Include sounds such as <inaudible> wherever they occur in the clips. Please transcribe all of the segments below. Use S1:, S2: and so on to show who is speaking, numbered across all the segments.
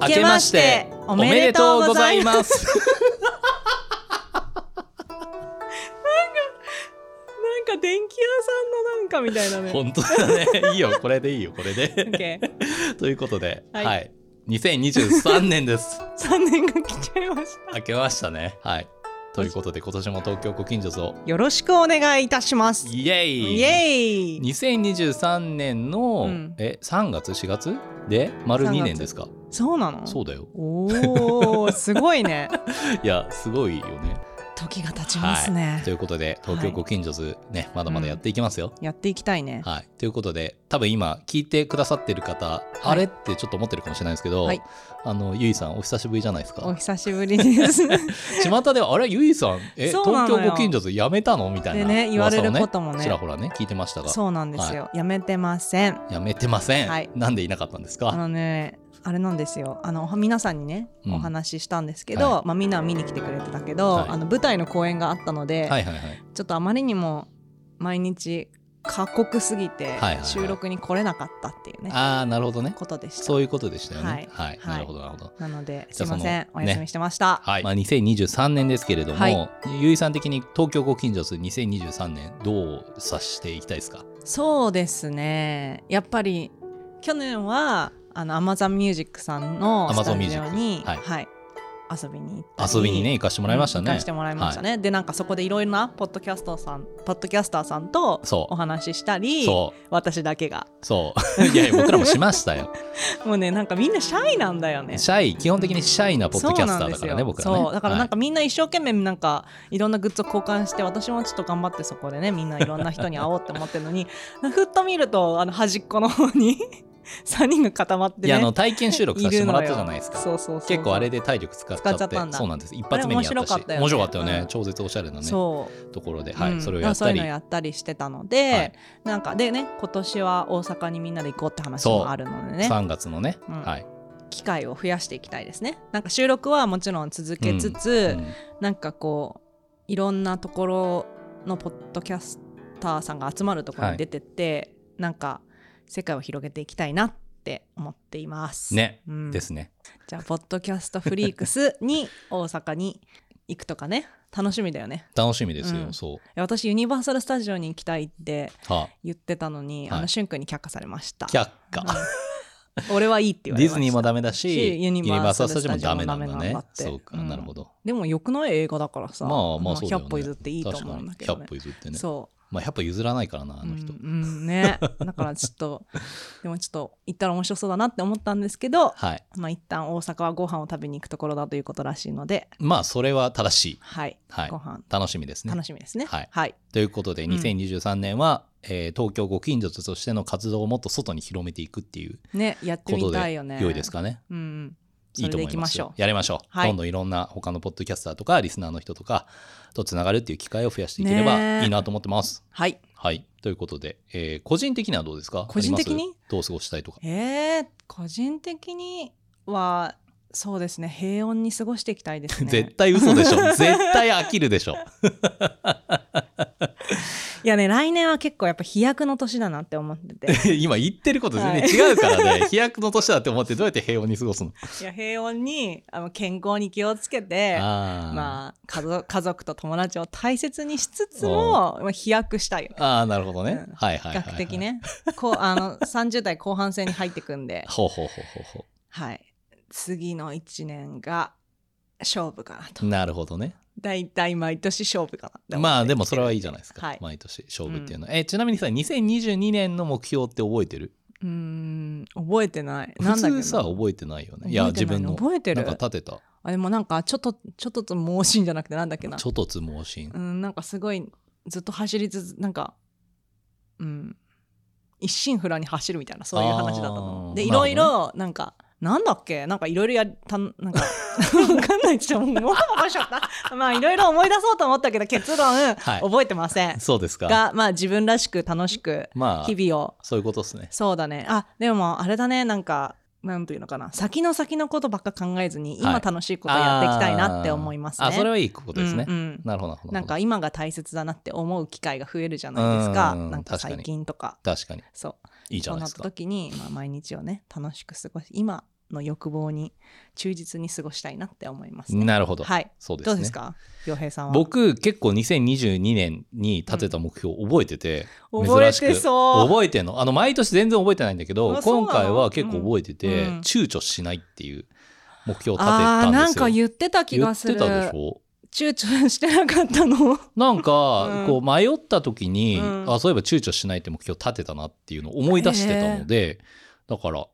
S1: 明けましておめでとうござい
S2: す。
S1: ます。
S2: なんか電気屋さんのなんかみたいなね。
S1: 本当だね。いいよ、これでいいよ、これ <laughs> で。
S2: OK
S1: ということで、は、
S2: はいい
S1: 2023年です。
S2: 三年が来ちゃいました。
S1: 明けましたね。はい。ということで、今年も東京ご近所ぞ。
S2: よろしくお願いいたします。
S1: イエイ
S2: イエイ。
S1: 2023年の、
S2: うん
S1: え3月4月で丸
S2: 3
S1: 2
S2: 月
S1: 年ですか
S2: そうなの。
S1: そうだよ
S2: お
S1: <laughs>
S2: お、すごいね。
S1: いやすごいよね
S2: 時が経ちますね
S1: と。いうことで東京ご近所図ね、まだまだやっていきますよ、
S2: やっていきたいね。
S1: はいということで多分今聞いてくださってる方、あれってちょっと思ってるかもしれないですけど、
S2: はい
S1: あのゆいさんお久しぶりじゃないです
S2: お
S1: か
S2: 久しぶり
S1: <laughs>
S2: です。
S1: 巷ではあれゆいさんえ
S2: そうな
S1: 東
S2: のよ
S1: 京ご近所図やめたのみたいな
S2: でね言われる
S1: 噂を
S2: こともね
S1: ちらほらね聞いてましたが
S2: そうなんですよ。やめてません。
S1: やめてません、
S2: はい
S1: なんでいなかったんです
S2: あ
S1: か
S2: のね。あれなんですよあのお皆さんにね、
S1: うん
S2: お話ししたんですけど、
S1: は
S2: まあ、みんなは見に来てくれてたけど、
S1: はい
S2: あの舞台の公演があったので、
S1: はいは
S2: <laughs>
S1: いはい
S2: ちょっとあまりにも毎日過酷すぎて
S1: はいはい
S2: 収録に来れなかったっていうね、
S1: ああなるほどね
S2: ことでした
S1: そういうことでしたよね。は、
S2: はいはい
S1: なるほど、なるほど。
S2: なので
S1: じ
S2: す
S1: ゃあ
S2: いません
S1: そ
S2: お
S1: の
S2: 休みしてました、
S1: はい、まあ、2023年ですけれども、
S2: はい
S1: ゆいさん的に東京ご近所図2023年どう察していきたいですか。
S2: そうですねやっぱり去年はあのアマゾンミュージックさんのス
S1: Amazon
S2: タジオに
S1: Music はい
S2: 遊びに行ったり
S1: 遊びにね、行かしてもらいました
S2: 行
S1: ね。
S2: かしてもらいましたね、でなんかそこでいろいろなポッドキャストさんポッドキャスターさんと
S1: そ
S2: お話しした
S1: う、
S2: り
S1: そう、
S2: 私だけが
S1: そう。 <laughs> いやいや、僕らもしました
S2: <laughs>
S1: よ。
S2: もうねなんかみんなシャイなんだよね
S1: シャイ、基本的にシャイなポッドキャスタ
S2: そう
S1: ーだか
S2: なん
S1: らね、
S2: ですよ
S1: 僕らね。
S2: そうだからなん
S1: か、
S2: かみんな一生懸命なんかいろんなグッズを交換して私もちょっと頑張ってそこでねみんないろんな人に会おうって思ってるのに <laughs> ふっと見るとあの端っこの方に <laughs> 3人が固まって
S1: いや、あの
S2: ね
S1: 体験収録さ
S2: い
S1: せて
S2: る
S1: も
S2: の
S1: ら
S2: よ
S1: ったじゃないですか。
S2: そうそうそう
S1: 結構あれで体力使っちゃ
S2: 使っちゃ
S1: っ
S2: ってたんだ
S1: そうなんです一発目にやったし
S2: あれ面白かったよね
S1: 面白かったよね
S2: うん
S1: 超絶おしゃれなね
S2: そう
S1: ところではい、
S2: うん
S1: それをやった
S2: だからそうい
S1: り
S2: うのやったりしてたので、
S1: はい
S2: なんかでね今年は大阪にみんなで行こうって話もあるのでね
S1: 3月のね、
S2: うん
S1: はい、
S2: 機会を増やしていきたいですねなんか収録はもちろん続けつつ、
S1: うん
S2: なんかこういろんなところのポッドキャスターさんが集まるところに出てって、なんか世界を広げていきたいなって思っています。
S1: ね、
S2: うん、
S1: ですね
S2: じゃあポッドキャストフリークスに大阪に行くとかね楽しみだよね。
S1: 楽しみですよ、
S2: うん
S1: そ
S2: いや私ユニバーサル・スタジオに行きたいって
S1: うは
S2: 言ってたのに、
S1: はい
S2: あのしゅんくんに却下されました。
S1: あ却下
S2: うん俺はいいって言
S1: デ
S2: われ
S1: ィ
S2: まし
S1: ズ
S2: た
S1: ニーもダメだし
S2: し
S1: ユ
S2: ユ
S1: ニ
S2: ニ
S1: バ
S2: バ
S1: ー
S2: ー
S1: サ
S2: サ
S1: ル・
S2: ル
S1: スタジオもダメなん
S2: スタジオもダ
S1: だ
S2: メな
S1: ね
S2: んだって
S1: そうか、
S2: うん
S1: なるほど
S2: でもよくない映画だからさ、
S1: まあまあそうだよね
S2: 100歩譲っていいと
S1: 確か
S2: 思うん
S1: に
S2: だけど、
S1: 100
S2: ね
S1: 歩譲ってね
S2: そう
S1: まあ100歩譲らないからなあの人、
S2: うんうん
S1: <laughs>
S2: ねだからちょっとでもちょっと行ったら面白そうだなって思ったんですけど
S1: はい
S2: まあ一旦大阪はご飯を食べに行くところだということらしいので
S1: まあそれは正しい
S2: はい、
S1: はい
S2: ご飯
S1: 楽しみですね
S2: 楽しみですね
S1: はい
S2: はい、
S1: ということで
S2: うん
S1: 2023年は、えー東京ご近所としての活動をもっと外に広めていくっていう
S2: ねやって
S1: こと
S2: み
S1: で
S2: たいよね
S1: 良いですかね
S2: うんうん
S1: いいと思
S2: それで
S1: います
S2: いきましょ
S1: やりましょう、
S2: はい
S1: どんどんいろんな他のポッドキャスターとかリスナーの人とかとつながるっていう機会を増やしていければ
S2: ね
S1: いいなと思ってます、
S2: はい
S1: はい。ということで、えー個人的にはどうですか
S2: 個人的に
S1: ありますどう過ごしたいとか。
S2: えー、個人的にはそうですね平穏に過ごしていきたいですね
S1: 絶対嘘でしょ。絶対飽きる
S2: <laughs>
S1: でしょ。
S2: いやね来年は結構やっぱ飛躍の年だなって思って
S1: <laughs>
S2: て
S1: 今言ってること全然違うからね。飛躍の年だって思ってどうやって平穏に過ごすの
S2: いや平穏にあの健康に気をつけて
S1: あー、
S2: まあ、家族家族と友達を大切にしつつも、まあ、飛躍したいよね
S1: あー、なるほどね。
S2: うん
S1: はいはい
S2: 比
S1: はい、はい。
S2: 較的。ねこうあの30代後半戦に入ってくん
S1: <laughs>
S2: で、
S1: ほうほうほうほうほ
S2: はい、次の1年が勝負かなと
S1: う。なるほどね。
S2: 大体毎年勝負かなって思って
S1: まあでもそれはいいじゃないですか。
S2: はい
S1: 毎年勝負っていうのは。え、ちなみにさ、2022年の目標って覚えてる
S2: うーん覚えてない
S1: 普
S2: なんだっけ
S1: 通
S2: な
S1: さ、覚えてないよね。いや、
S2: 覚え
S1: 自
S2: てない
S1: 分の。
S2: 覚えて
S1: な
S2: る
S1: んか立てた。
S2: あでもなんかちょっとちょっとと盲信じゃなくてなんだっけな
S1: ちょっとつ盲信
S2: う。んなんかすごいずっと走りつつなんかうん一心不乱に走るみたいなそういう話だった
S1: あ
S2: の
S1: ー
S2: でい
S1: なるほ
S2: ろ
S1: どね
S2: いろなんかなんだっけなんかいろいろやたなんかわかんないちょっともうもたもたしちゃったまあいろいろ思い出そうと思ったけど結論、
S1: はい
S2: 覚えてません
S1: そうですか。
S2: がまあ自分らしく楽しく
S1: まあ、
S2: 日々を
S1: そういうことですね。
S2: そうだねあでもあれだねなんかなんていうのかな先の先のことばっか考えずに
S1: は
S2: 今
S1: い
S2: 楽しいことやっていきたいなって思いますね。
S1: あーあそれはいいことですね。
S2: うんうん
S1: なるほどなるほど。
S2: なんか今が大切だなって思う機会が増えるじゃないですか。
S1: うん
S2: なんか最近とか。
S1: 確かに
S2: そう。
S1: いいじゃ
S2: そうな
S1: ないで
S2: っ
S1: す
S2: た
S1: か。
S2: 時に、まあ、毎日をね、楽しく過ごし、今の欲望に忠実に過ごしたいなって思います、ね。
S1: なるほど。
S2: はい。
S1: そうですね。
S2: どうですか、洋平さんは。
S1: 僕結構2022年に立てた目標覚えてて、
S2: 覚えて
S1: 珍しく
S2: そう。
S1: 覚えてんのあの毎年全然覚えてないんだけど
S2: あそうな
S1: 今
S2: の
S1: 回は結構覚えてて、
S2: うんうん
S1: 躊躇しないっていう目標を立て
S2: あ
S1: た
S2: あ
S1: んですよ
S2: なんか言ってた気がする。
S1: 言ってたでしょ
S2: 躊躇してなかった
S1: <laughs>
S2: の。
S1: なん
S2: う
S1: か
S2: ん
S1: こう迷った時に、
S2: うん
S1: あそういえば躊躇しないって目標立てたなっていうのを思い出してたので、だから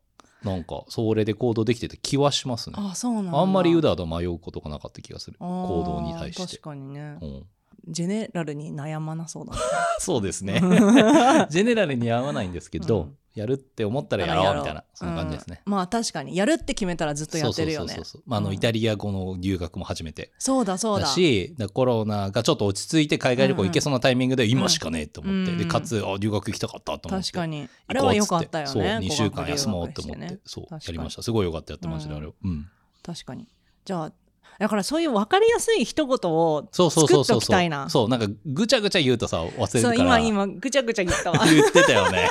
S1: なんかそれで行動できてた気はしますね
S2: あそうなんだ。
S1: あんまりうだうだ迷うことがなかった気がする
S2: あー
S1: 行動に対して
S2: 確、かにね
S1: う。ん、 <laughs>
S2: ジェネラルに悩まなそうだね。
S1: そうで
S2: <laughs>
S1: すねジェネラルに合わないんですけど、
S2: うん
S1: やるって思ったらやろうみたいなそんな感じですね、
S2: うんまあ確かにやるって決めたらずっとやってるよね
S1: そうそうそうそうまあ、あ
S2: う
S1: の
S2: ん
S1: イタリア語の留学も初めて
S2: そうだそう
S1: だ
S2: だ
S1: しだコロナがちょっと落ち着いて海外旅行行けそうなタイミングで今しかねえと思って、
S2: うん
S1: でかつあ留学行きたかったと思って
S2: 確かにあれ
S1: 行こう
S2: は
S1: っつ
S2: 良かったよね
S1: そう2
S2: 語
S1: 週
S2: 学
S1: 間
S2: 留学
S1: 休もうと思っ
S2: してね
S1: そう
S2: 確か
S1: や
S2: に
S1: りましたすごい良かったやってマジであれ、うん
S2: 確かにじゃあだからそういう分かりやすい一言を
S1: そうそうそ
S2: 作
S1: うそ
S2: っ
S1: う
S2: ときた
S1: そ
S2: いな
S1: うそうなんかぐちゃぐちゃ言うとさ忘れ
S2: そ
S1: るか
S2: う
S1: ら
S2: 今今ぐちゃぐちゃ言ったわ <laughs>
S1: 言ってたよね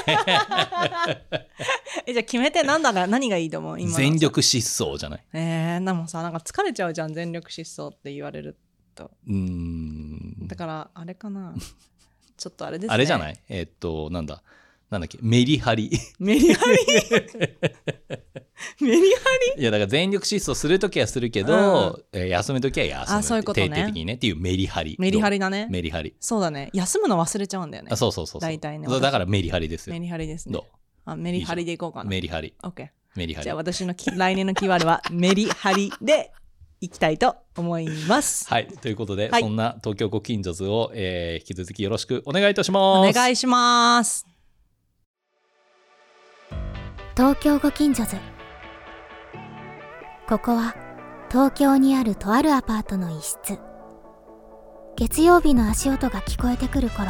S2: えじゃあ決めて何だか何がいいと思う今の
S1: 全力疾走じゃない
S2: えー、でもさなんか疲れちゃうじゃん全力疾走って言われる
S1: うーん
S2: だからあれか
S1: <laughs>
S2: なちょっとあれですね
S1: あれじゃないいえっとなんだなんだっけメリハリい
S2: メリ
S1: <laughs>
S2: ハリメリハ
S1: やだから全力疾走する時はするけど、えー休む時は休む
S2: あそういうことね
S1: 徹底的にねっていうメリハリ
S2: リメリハ
S1: リ
S2: リだね
S1: メリハリ
S2: そうだね休むの忘れちゃうんだよね
S1: あそうそうそうそう
S2: 大体ね
S1: そうだからメリハリですよ
S2: メリハリですね
S1: ど
S2: あメリハリでいこうか
S1: う
S2: な
S1: メリハリ
S2: OK
S1: メリハリ
S2: じゃあ私のき来年のキーワー
S1: <laughs>
S2: ドはメリハリでいきたいと思います。
S1: はいということで、
S2: はい
S1: そんな東京ご近所図を、えー引き続きよろしくお願いいたしま
S2: お
S1: す
S2: 願いします。
S3: 東京ご近所図ここは東京にあるとあるアパートの一室月曜日の足音が聞こえてくる頃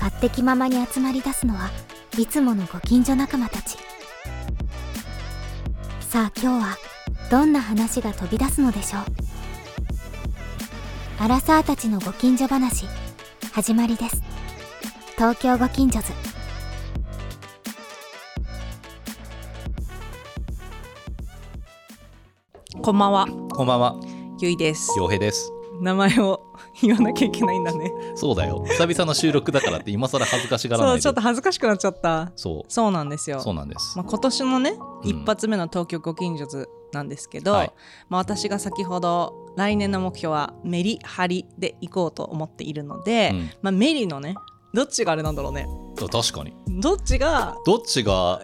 S3: 勝手気ままに集まり出すのはいつものご近所仲間たちさあ今日はどんな話が飛び出すのでしょうアラサーたちのご近所話始まりです東京ご近所図
S2: こんばんは、
S1: こんばんは
S2: ゆいです。
S1: 陽平です
S2: 名前を言わなきゃいけないんだね。
S1: そうだよ久々の収録だからって今更恥ずかしがら
S2: そ
S1: な
S2: う、
S1: い
S2: ちょっと
S1: で
S2: 恥ずかしくなっちゃった。
S1: そう
S2: そうなんですよ。
S1: そうなんです
S2: まあ、今年のね、
S1: うん
S2: 一発目の東京ご近所図なんですけど、
S1: はい
S2: まあ、私が先ほど来年の目標はメリハリでいこうと思っているので、
S1: うん
S2: まあ、メリのねどっちがあれなんだろうね
S1: あ確かに
S2: どっちが
S1: どっちが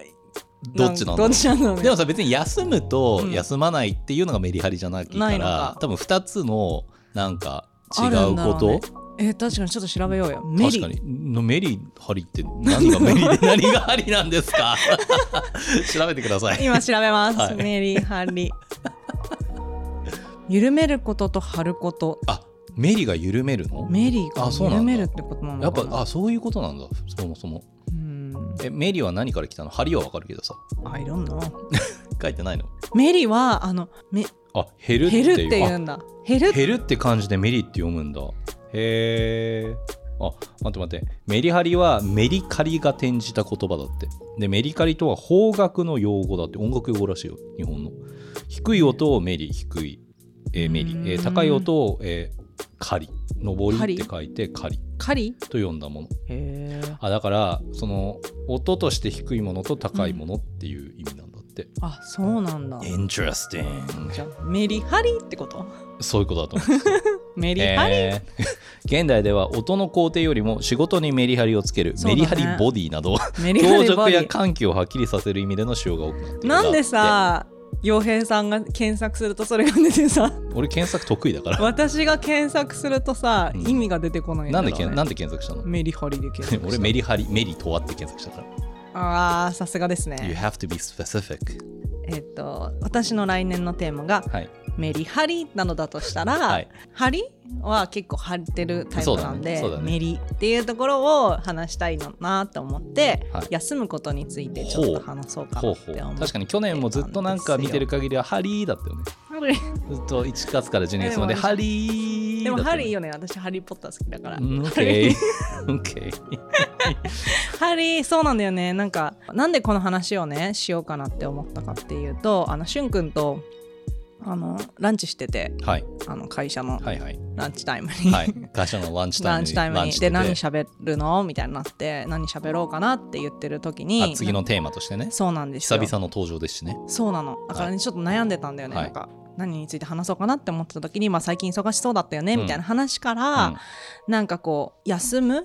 S1: どっちな
S2: ど
S1: んだろ
S2: っ
S1: う
S2: ちなんだろうね
S1: でもさ別に休むと
S2: うん
S1: 休まないっていうのがメリハリじゃないか
S2: ないの
S1: ら
S2: か
S1: 多分2つのなんか違
S2: ある
S1: うん
S2: だ
S1: こ
S2: ろうね
S1: と
S2: えー確かにちょっと調べようよ。メ
S1: 確
S2: リ
S1: かにのメリハリって何がメリで何がハリなんですか <laughs> 調べてください
S2: 今調べます。
S1: はい
S2: メリハリ。緩めることと張ること。
S1: あメリが緩めるの
S2: メリが
S1: あそうなんだ
S2: 緩めるってことな
S1: や
S2: の
S1: っ
S2: か
S1: ぱ
S2: な。
S1: あそういうことなんだそもそも
S2: うん
S1: えメリは何から来たのハリはわかるけどさ
S2: あいろんな。
S1: 書いてないの
S2: メリはあのめ
S1: あ減るって
S2: 減るって
S1: いう
S2: 言うんだ。減る
S1: 減るって漢字でメリって読むんだへえあ待って待ってメリハリはメリカリが転じた言葉だってでメリカリとは邦楽の用語だって音楽用語らしいよ日本の低い音をメリ低い、えーメリ
S2: う、ーん
S1: えー高い音を、えー、カリ上りって書いてカリ
S2: 狩り。
S1: と読んだもの
S2: へえ。
S1: あだからその音として低いものと高いものっていう意味なんだって、
S2: あそうなんだ。じ
S1: Interesting
S2: ゃあメリハリってこと。
S1: そういうことだと思う
S2: メリハリ。
S1: えー現代では音の工程よりも仕事にメリハリをつける、
S2: そう
S1: メ
S2: だね
S1: リハリボディなど
S2: メリハ
S1: 強
S2: リバ
S1: 弱
S2: デ
S1: や
S2: ィ。
S1: 緩急をはっきりさせる意味での使用が多くなっている
S2: なんで
S1: だ
S2: さ。洋平さんが検索するとそれが出てさ
S1: って俺検索得意だから
S2: 私が検索するとさ、
S1: うん
S2: 意味が出てこないんだ
S1: なん
S2: ろう、
S1: で
S2: ね、
S1: けんなんで検索したの
S2: メリハリで検索
S1: <laughs> 俺メリハリメリとはって検索したか
S2: あーさすがです
S1: ら
S2: ね
S1: You have to be specific
S2: えっ、と私の来年のテーマが
S1: はい
S2: メリハリなのだとしたら、
S1: はい
S2: ハリは結構張ってるタイプなんで、
S1: そうだねそうだね
S2: メリっていうところを話したいのなと思って、
S1: はい
S2: 休むことについてちょっと話そうか
S1: ほ
S2: な
S1: う
S2: って
S1: ほ
S2: 思
S1: う
S2: って
S1: 確
S2: <laughs>
S1: かに去年もずっとなんか見てる限りはハリーだったよね
S2: ハリ
S1: ずっと1月から12月まで
S2: でも
S1: ハリーー
S2: でも
S1: だった
S2: ハ
S1: ね
S2: リーいいよね私ハリー・ポッター好きだから、
S1: うんオッ
S2: ハ
S1: ケ
S2: <laughs> リ
S1: ー
S2: ー
S1: オッケー
S2: ハリーそうなんだよねなんかなんでこの話をねしようかなって思ったかっていうとあのしゅんくんとあのランチしてて
S1: はい
S2: あの会社の
S1: はいはい
S2: ランチタイムに、
S1: はい会社のランチタ
S2: <laughs>
S1: イム
S2: ランチタイムに
S1: し
S2: で
S1: てて
S2: 何喋るのみたいになって何喋ろうかなって言ってる時に
S1: あ次のテーマとしてね
S2: そうなんです
S1: 久
S2: よ
S1: 々の登場ですしね
S2: そうなのだからね、ちょっと悩んでたんだよね、
S1: はい
S2: なんか何について話そうかなって思ってた時に、まあ、最近忙しそうだったよね、
S1: うん
S2: みたいな話から、なんかこう休むっ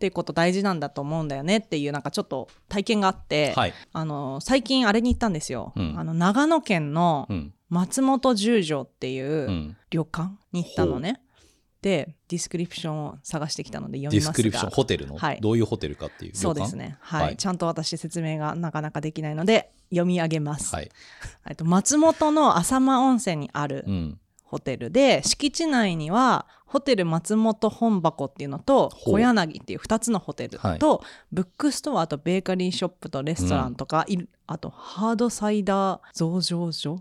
S2: ていうこと大事なんだと思うんだよねっていうなんかちょっと体験があっ
S1: う
S2: て、
S1: ん、はい、
S2: あの最近あれに行ったんですよ、
S1: うん
S2: あの長野県の
S1: うん、
S2: 松本十条っていううん旅館に行ったのね、でディスクリプションを探してきたので読
S1: ディ
S2: み
S1: ス
S2: ま
S1: ク
S2: す
S1: リプション
S2: が
S1: ホテルの、
S2: はい
S1: どういうホテルかっていう旅
S2: そう
S1: 館
S2: ですねはい、
S1: はい
S2: ちゃんと私説明がなかなかできないので読み上げます、
S1: はい、
S2: えっと松本の浅間温泉にある
S1: うん、
S2: ホテルで、敷地内にはホテル松本本箱っていうのと
S1: ほう
S2: 小柳っていう2つのホテルと、
S1: はい
S2: ブックストアとベーカリーショップとレストランとか、いるあとハードサイダー増上所、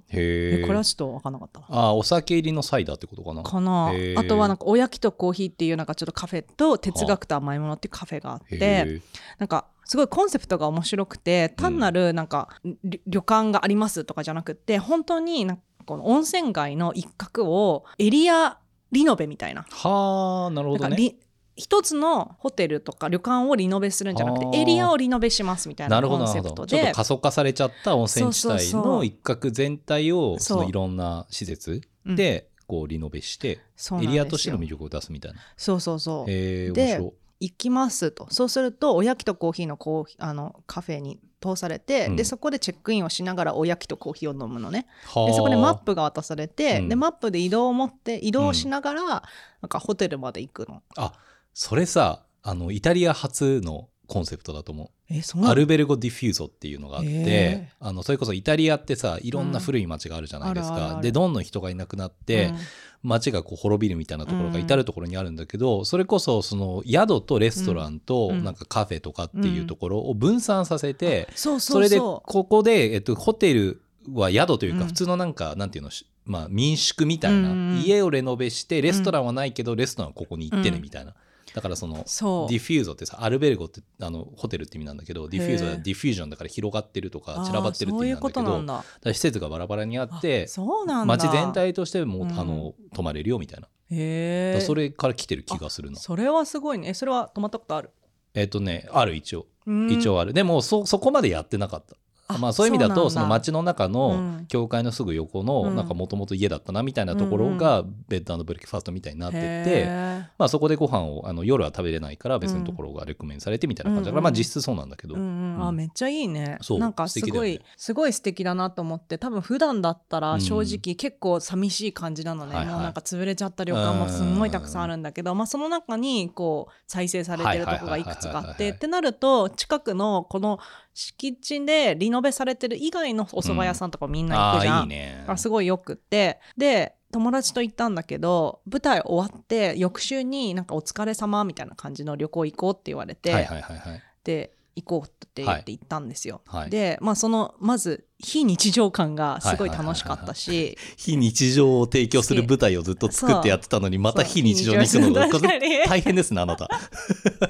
S2: え
S1: へえ
S2: これはちょっと分かんなかったな。
S1: あお酒入りのサイダーってことかな
S2: かな
S1: へー
S2: あとはなんかおやきとコーヒーっていうなんかちょっとカフェと哲学と甘いものっていうカフェがあっ
S1: へ
S2: て
S1: ー
S2: なんかすごいコンセプトが面白くて単なるなんか、り旅館がありますとかじゃなくって本当になんかこの温泉街の一角をエリアリノベみたいな
S1: はあなるほ
S2: なん
S1: ど
S2: か
S1: ね
S2: り一つのホテルとか旅館をリノベするんじゃなく
S1: あ
S2: て
S1: ー
S2: エリアをリノベしますみたい
S1: な
S2: な
S1: るほ
S2: コ
S1: ど
S2: ン
S1: な
S2: セ
S1: るほ
S2: プ
S1: ど
S2: ト
S1: ちょっと
S2: で
S1: 過疎化されちゃった温泉地
S2: そ
S1: 帯
S2: うそうそ
S1: の
S2: う
S1: 一角全体を
S2: そ
S1: そうのいろんな施設
S2: うん
S1: でこうリノベして、
S2: そうなんで
S1: エ
S2: すよ
S1: リアとしての魅力を出すみたいな
S2: そうそうそう
S1: へえ
S2: で
S1: 面白い
S2: 行きますとそうするとおやきとコーヒーのコーヒーあのカフェに通されて、
S1: うん
S2: でそこでチェックインをしながらおやきとコーヒーを飲むのね
S1: は
S2: で
S1: あ
S2: そこでマップが渡されて、
S1: うん
S2: でマップで移動を持って移動しながら、なんかホテルまで行くの
S1: あそれさあのイタリア初のコンセプトだと思う
S2: えそんな
S1: アルベルゴ・ディフューゾっていうのがあって、
S2: へえ
S1: あのそれこそイタリアってさいろんな古い町があるじゃないです
S2: うんあるあ
S1: か、
S2: るある
S1: でどんどん人がいなくなって、町がこう滅びるみたいなところが至る所にあるんだけど、それこそその宿とレストランと
S2: うん
S1: なんかカフェとかっていうところを分散させて、
S2: そう
S1: そ
S2: そう
S1: れで
S2: そ
S1: こ
S2: う
S1: こで、えっと、ホテルは宿という
S2: う
S1: か
S2: ん
S1: 普通のなんか、なんていうのしまあ、民宿みたいな、
S2: うんうん
S1: 家をレノベしてレストランはないけど、レストランはここに行ってねみたいな、だからその
S2: そう
S1: ディフューゾってさアルベルゴってあのホテルって意味なんだけどディフューゾはディフュージョンだから広がってるとか散らばってるって意味なん
S2: あー
S1: だけど
S2: そういうことな
S1: だ
S2: んだ
S1: から施設がバラバラにあって
S2: あそうなんだ
S1: 街全体としても、う
S2: うん
S1: あの泊まれるよみたいな、だ
S2: へ
S1: か
S2: え
S1: らそれから来てる気がするの
S2: それはすごいねえそれは泊まったことある
S1: えっ、とねある一応
S2: うん
S1: 一応ある、でもそそこまでやってなかったまあ、そういう意味だとその街の中
S2: う
S1: の
S2: ん
S1: 教会のすぐ横
S2: う
S1: の
S2: ん
S1: なんかもともと家だったなみたいなところがベッドブレックファーストみたいになってて、まあ、そこでご飯をあの夜は食べれないから別のところがレコメンされてみたいな感じだから、
S2: うん
S1: まあ実質そうなんだけど、
S2: うんうん
S1: う
S2: あ
S1: ん
S2: めっちゃいいね
S1: そう
S2: なんかす
S1: 素敵だよ
S2: ごい、
S1: ね
S2: すごい素敵だなと思って多分普段だったら正
S1: う
S2: 直結構寂しい感じなのね、
S1: はいはい
S2: もうなんか潰れちゃった旅館もすんごいたくさんあるんだけど、まあ、その中にこう再生されてるとこがいくつかあ
S1: はいはいは
S2: っ
S1: いはいはい
S2: てってなると近くのこの敷地でリノベされてる以外のお蕎麦屋さんとかみんな行
S1: あ
S2: くじゃん、
S1: あいいね
S2: がすごいよくってで友達と行ったんだけど舞台終わって翌週になんかお疲れ様みたいな感じの旅行行こうって言われて、
S1: はいはいはいはい
S2: で行こうって言って行ったんですよ。
S1: はい
S2: でまあそのまず非日常感がすごい楽しかったし <laughs>
S1: 非日常を提供する舞台をずっと作ってやってたのにまた非日常に行くのが
S2: そう確かに
S1: 大変ですねあなた
S2: <laughs>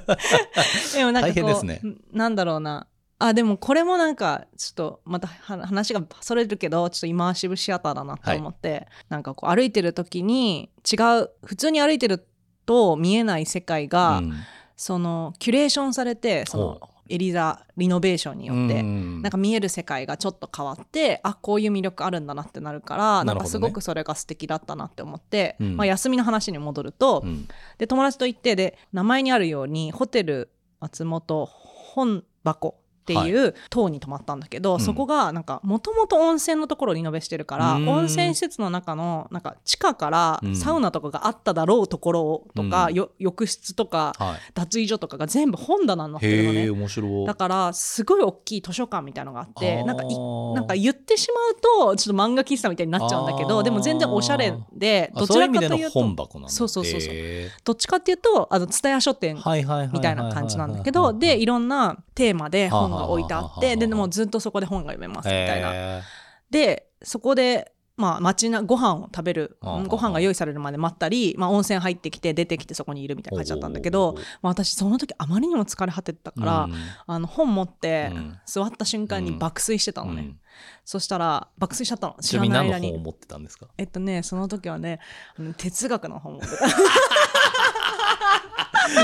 S2: でもなんかこう
S1: 大変ですね
S2: なんだろうなあでもこれもなんかちょっとまたは話がそれるけどちょっとイマーシブシアターだなと思って、なんかこう歩いてる時に違う普通に歩いてると見えない世界が、
S1: うん
S2: そのキュレーションされてその
S1: ほ
S2: エリザリノベーションによって、
S1: うん
S2: なんか見える世界がちょっと変わってあこういう魅力あるんだなってなるから
S1: な
S2: なん
S1: るほどね
S2: かすごくそれが素敵だったなって思って、
S1: うん
S2: まあ、休みの話に戻ると、
S1: うん
S2: で友達と行ってで名前にあるようにホテル松本本箱っていう塔に泊まったんだけど、
S1: うん
S2: そこがなんかもともと温泉のところをリノベしてるから、
S1: うん
S2: 温泉施設の中のなんか地下から
S1: うん
S2: サウナとかがあっただろうところとか、
S1: うん
S2: よ浴室とか
S1: はい
S2: 脱衣所とかが全部本棚になってるの
S1: へ
S2: ね
S1: え。面白い
S2: だからすごい大きい図書館みたいのがあって
S1: あー
S2: なんかいなんか言ってしまうとちょっと漫画喫茶みたいになっちゃうんだけ
S1: あ
S2: ど
S1: ー
S2: でも全然おしゃれで
S1: あ
S2: どちらかとい
S1: そういう意味での
S2: う
S1: 本
S2: と
S1: 箱なんだ
S2: そうそうそうそう
S1: へ
S2: どっちかっていうとあの蔦屋書
S1: え
S2: 店
S1: はいはいはいはいはいはい
S2: みたいな感じなんだけどでいろんなテーマで本が置いてあ
S1: はあは
S2: っ
S1: あはあは
S2: て
S1: あ
S2: ででもずっとそこで本が読めますみたいな。
S1: へえ
S2: でそこでまあ、待ちなご飯を食べる
S1: ああ
S2: ご飯が用意されるまで待ったり、まあ、温泉入ってきて出てきてそこにいるみたいな感じだったんだけど、まあ、私その時あまりにも疲れ果ててた
S1: お
S2: か
S1: ー、
S2: ら、
S1: う
S2: あの本持って
S1: うん
S2: 座った瞬間に爆睡してたの
S1: ん
S2: ね、
S1: うん
S2: そしたら爆睡しちゃったの
S1: ち
S2: 知
S1: な
S2: ら
S1: みに
S2: ない
S1: 何
S2: 間
S1: の本を
S2: に
S1: 持ってた
S2: <laughs>
S1: んですか
S2: えっとねその時はねあの哲学の本を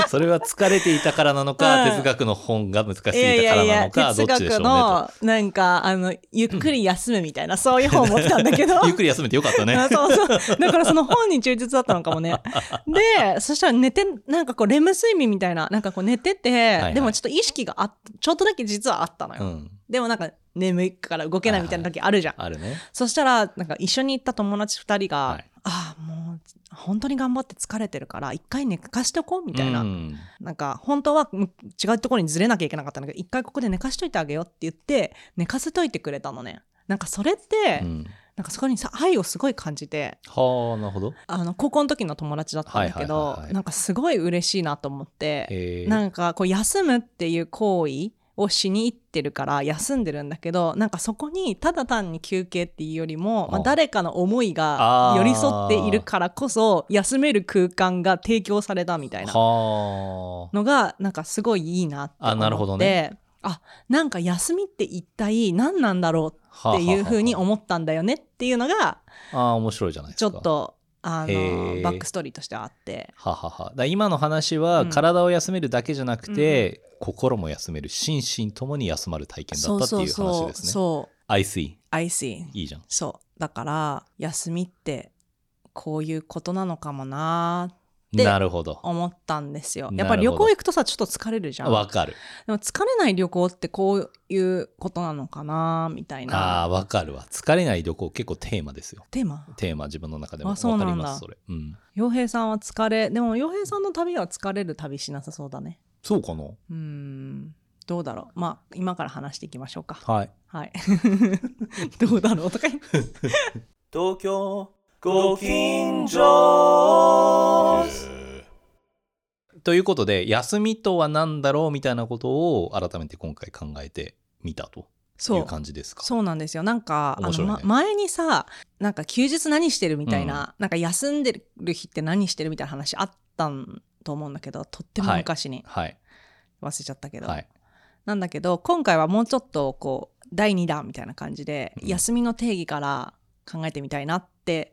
S1: それは疲れていたからなのか、
S2: うん
S1: 哲学の本が難しすぎ
S2: いやい
S1: たか
S2: や
S1: ら
S2: い
S1: な
S2: や
S1: のか、ど
S2: 哲
S1: っちでし
S2: 学
S1: ょうね
S2: のなんかあのゆっくり休むみたいなそういう本を持ってたんだけど
S1: と。 <laughs> ゆっくり休めてよかったね
S2: あ。そうそう。だからその本に忠実だったのかもね。で、そしたら寝て、なんかこう、レム睡眠みたいな、なんかこう寝てて、
S1: いはい
S2: でもちょっと意識があっちょっとだけ実はあったのよ。
S1: うん、
S2: でもなんか眠いから動けないみたいな時あるじゃん。
S1: あるね。
S2: そしたら、なんか一緒に行った友達2人が、
S1: はい
S2: ああ、もう、本当に頑張って疲れてるから、一回寝かしておこうみたいな。
S1: うん
S2: なんか、本当はむ違うところにずれなきゃいけなかったんだけど、一回ここで寝かしといてあげようって言って、寝かせといてくれたのね。なんかそれって、
S1: うん
S2: なんかそこにさ愛をすごい感じて、
S1: はあ、なるほど。
S2: あの高校の時の友達だったんだけど、
S1: はいはいはいはい
S2: なんかすごい嬉しいなと思って、
S1: へえ
S2: なんかこう休むっていう行為をしに行ってるから休んでるんだけどなんかそこにただ単に休憩っていうよりも、まあ
S1: あ
S2: 誰かの思いが
S1: あー
S2: 寄り添っているからこそ休める空間が提供されたみたいな
S1: はあ。
S2: のがなんかすごいいいなって思って
S1: あなるほどね
S2: あなんか休みって一体何なんだろうっていうふうに
S1: は
S2: 思ったんだよねっていうのが
S1: あはああー、面白いじゃないで
S2: ちょ
S1: すか。
S2: っ。とあ
S1: へ
S2: の
S1: ー
S2: バックストーリーとしてあって。
S1: はははだから今の話は、
S2: うん
S1: 体を休めるだけじゃなくて、心も休める心身ともに休まる体験だったっていう話ですね。う
S2: そう
S1: I see
S2: そう I see
S1: いいじゃん。
S2: そうだから休みってこういうことなのかもなーってで
S1: なるほど。
S2: 思ったんですよ
S1: なるほど
S2: やっぱり旅行行くとさちょっと疲れるじゃん
S1: わかる。
S2: でも疲れない旅行ってこういうことなのかなーみたい
S1: あ
S2: な
S1: あー、わかるわ。疲れない旅行結構テーマですよ。
S2: テーマ
S1: テーマ自分の中でもわ
S2: あ
S1: か
S2: そう
S1: り
S2: なんだ
S1: ますそれ。うん。
S2: 洋平さんは疲れでも洋平さんの旅は疲れる旅しなさそうだね
S1: そうかな。
S2: うーんどうだろうまあ今から話していきましょうか
S1: はい。
S2: はい <laughs> どうだろうとか言って
S4: 東京ご近所
S1: ということで休みとは何だろうみたいなことを改めて今回考えてみたとい
S2: そう
S1: う感じですか。
S2: そうなんですよなんか、あ
S1: 面白
S2: の
S1: いね
S2: ま前にさなんか休日何してるみたいな、なんか休んでる日って何してるみたいな話あったんと思うんだけどとっても昔に
S1: はい
S2: 忘れちゃったけど、
S1: はい。
S2: なんだけど今回はもうちょっとこう第2弾みたいな感じで、
S1: うん
S2: 休みの定義から考えてみたいなって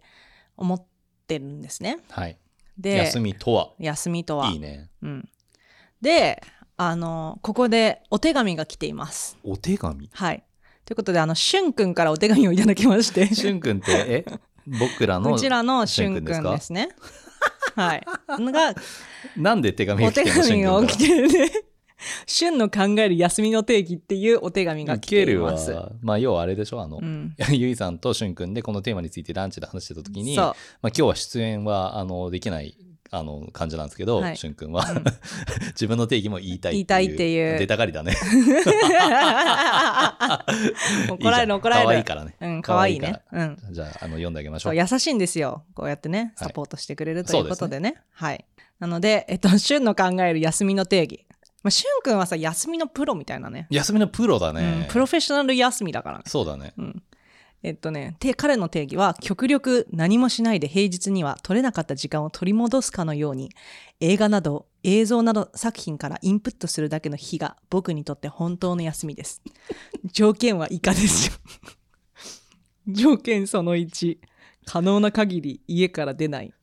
S2: 思ってるんですね。
S1: はい。
S2: で
S1: 休みとは。
S2: 休みとは。
S1: いいね。
S2: うん、であのここでお手紙が来ています。
S1: お手紙
S2: はいということであのしゅんくんからお手紙をいただきま
S1: <laughs>
S2: して
S1: しゅんくんって、
S2: <laughs>
S1: え僕らの
S2: うちらのしゅんくん
S1: しゅんくんですか
S2: です <laughs> ね。はい。が、
S1: なんで手紙
S2: お
S1: が
S2: 手
S1: 来てんのしゅ
S2: 紙
S1: んくん
S2: が
S1: か
S2: 起
S1: ら
S2: きてるね。 <laughs> しゅんの考える休みの定義っていうお手紙が
S1: ウ
S2: 来
S1: ケ
S2: てい
S1: る
S2: ま
S1: わ
S2: す。。
S1: まあ要はあれでしょあの、
S2: うん。
S1: ゆいさんとしゅんくんでこのテーマについてランチで話してた時に、
S2: <laughs> そ
S1: まあ、今日は出演はあのできないあの感じなんですけど、
S2: はい
S1: しゅんくんは、
S2: うん
S1: <laughs> 自分の定義も言いたい
S2: 言いたいっていう
S1: 出たがりだね
S2: う。 <laughs> 怒られる怒ら
S1: 可愛
S2: れ
S1: い
S2: る。
S1: からね
S2: うん、可愛いね。
S1: 可
S2: うん。
S1: じゃああの読んであげましょ
S2: そうう優しいんですよこうやってね
S1: はい
S2: サポートしてくれるとい
S1: そう
S2: う
S1: で
S2: こ
S1: すね
S2: とでね,、はいなのでえっとしゅんの考える休みの定義まあしゅんくんはさ休みのプロみたいなね
S1: 休みのプロだね、
S2: うん、プロフェッショナル休みだからね
S1: そうだね
S2: うんえっとね、て彼の定義は極力何もしないで平日には取れなかった時間を取り戻すかのように映画など映像など作品からインプットするだけの日が僕にとって本当の休みです条件は以下ですよ条件その1可能な限り家から出ない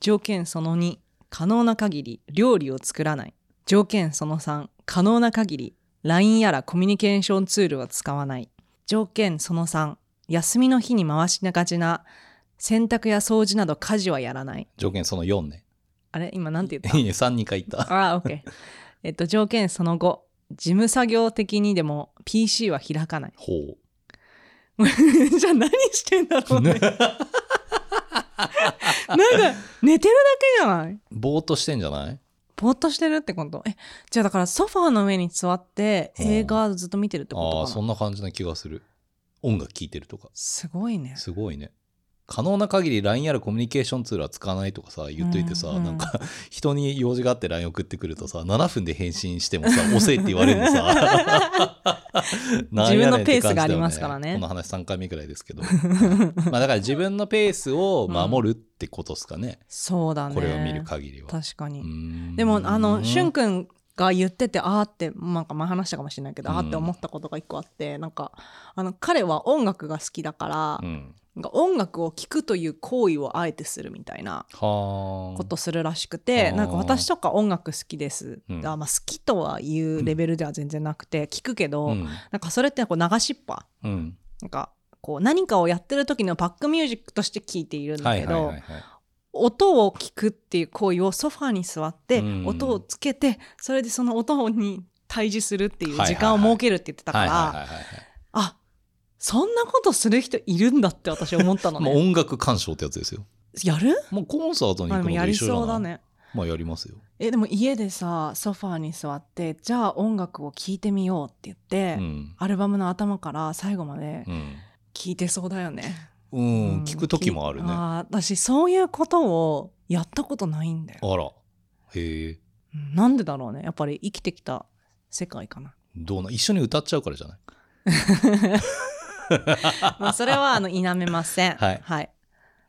S2: 条件その2可能な限り料理を作らない条件その3可能な限り LINE やらコミュニケーションツールは使わない条件その3休みの日に回しながちな洗濯や掃除など家事はやらない
S1: 条件その4ね
S2: あれ今なんて言った
S1: <laughs> 3回言った。
S2: ああ、OK。えっ <laughs> と、条件その後、事務作業的にでも PC は開かない
S1: <laughs> ほ
S2: じゃあ何してんだろう
S1: う
S2: ね。なんか、寝てるだけじゃない
S1: <laughs> ぼーっとしてんじゃない
S2: ぼーっとしてるってことえ、じゃあだからソファーの上に座って
S1: うん
S2: 映画ずっと見てるって
S1: ああ
S2: こ
S1: ー
S2: とか
S1: そ
S2: な。
S1: んな感じな気がする音楽聴いてるとか
S2: すごいね。
S1: すごいね可能な限り LINE あるコミュニケーションツールは使わないとかさ言っといてさ、
S2: うんうん
S1: なんか人に用事があって LINE 送ってくるとさ7分で返信してもさ遅いって言われるのさなんやねん
S2: <laughs> 自分の
S1: って感じだよね
S2: ペースがありますからね
S1: この話3回目くらいですけどまあだから自分のペースを守るってことですかね、
S2: そうだね
S1: これを見る限りは。
S2: 確かに、
S1: うん
S2: でもあのしゅんくんが言っててあーってなんか前話したかもしれないけど、
S1: うん
S2: あーって思ったことが一個あってなんかあの彼は音楽が好きだから、
S1: うん
S2: なんか音楽を聴くという行為をあえてするみたいな
S1: はあ
S2: ことするらしくて、
S1: うん
S2: なんか私とか音楽好きです、
S1: うん
S2: あまあ、好きとはいうレベルでは全然なくて聞くけど、
S1: うん
S2: なんかそれってこう流しっぱ
S1: うん
S2: なんかこう何かをやってる時のバックミュージックとして聞いているんだ
S1: はい
S2: け
S1: はい
S2: ど、
S1: はいはい
S2: 音を聞くっていう行為をソファーに座って
S1: うん
S2: 音をつけてそれでその音に対峙するっていう
S1: はいはいはい
S2: 時間を設けるって言ってたか
S1: はいはい
S2: ら
S1: はいはい
S2: あそんなことする人いるんだって私思ったの
S1: まあ、
S2: ね。
S1: 音楽鑑賞ってやつですよ。
S2: やる
S1: もうコンサートに行
S2: あ
S1: く
S2: でも
S1: のと
S2: や
S1: 一
S2: り
S1: 緒じゃない
S2: そうだね。
S1: まあやりますよ。
S2: えでも家でさソファーに座ってじゃあ音楽を聴いてみようって言って、
S1: うん。
S2: アルバムの頭から最後まで
S1: うん。
S2: 聴いてそうだよね。
S1: うん
S2: うん
S1: 聞く時もあるね。あ
S2: あー私そういうことをやったことないんだよ。
S1: ら。へえ。
S2: うんなんでだろうねやっぱり生きてきた世界かな。
S1: どうな一緒に歌っちゃうからじゃない
S2: まあそれはあの否めません。
S1: <laughs> はい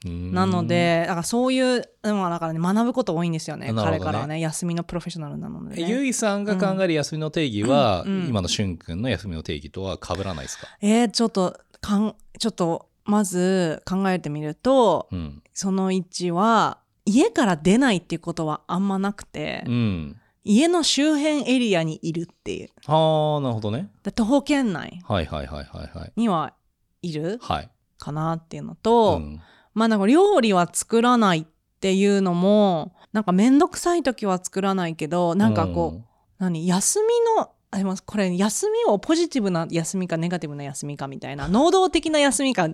S1: うーん
S2: なのでだからそういうまあだからね学ぶこと多いんですよね
S1: なるほどね
S2: 彼からはね休みのプロフェッショナルなので、
S1: え
S2: ね。
S1: ゆいさんが考える休みの定義は、
S2: うんうん
S1: 今のしゅんくんの休みの定義とは被らないですか、
S2: えー、ちょっとかんちょっとまず考えてみると、
S1: うん、
S2: その1は家から出ないっていうことはあんまなくて、
S1: うん。
S2: 家の周辺エリアにいるっていう
S1: はあなるほどね。
S2: で徒歩圏内
S1: はいはいはいはいはい。
S2: にはいる
S1: はい。
S2: かなっていうの
S1: う
S2: と、
S1: ん、
S2: まあなんか料理は作らないっていうのもなんか面倒くさい時は作らないけどなんかこう、何休みのあでもこれ休みをポジティブな休みかネガティブな休みかみたいな能動的な休みか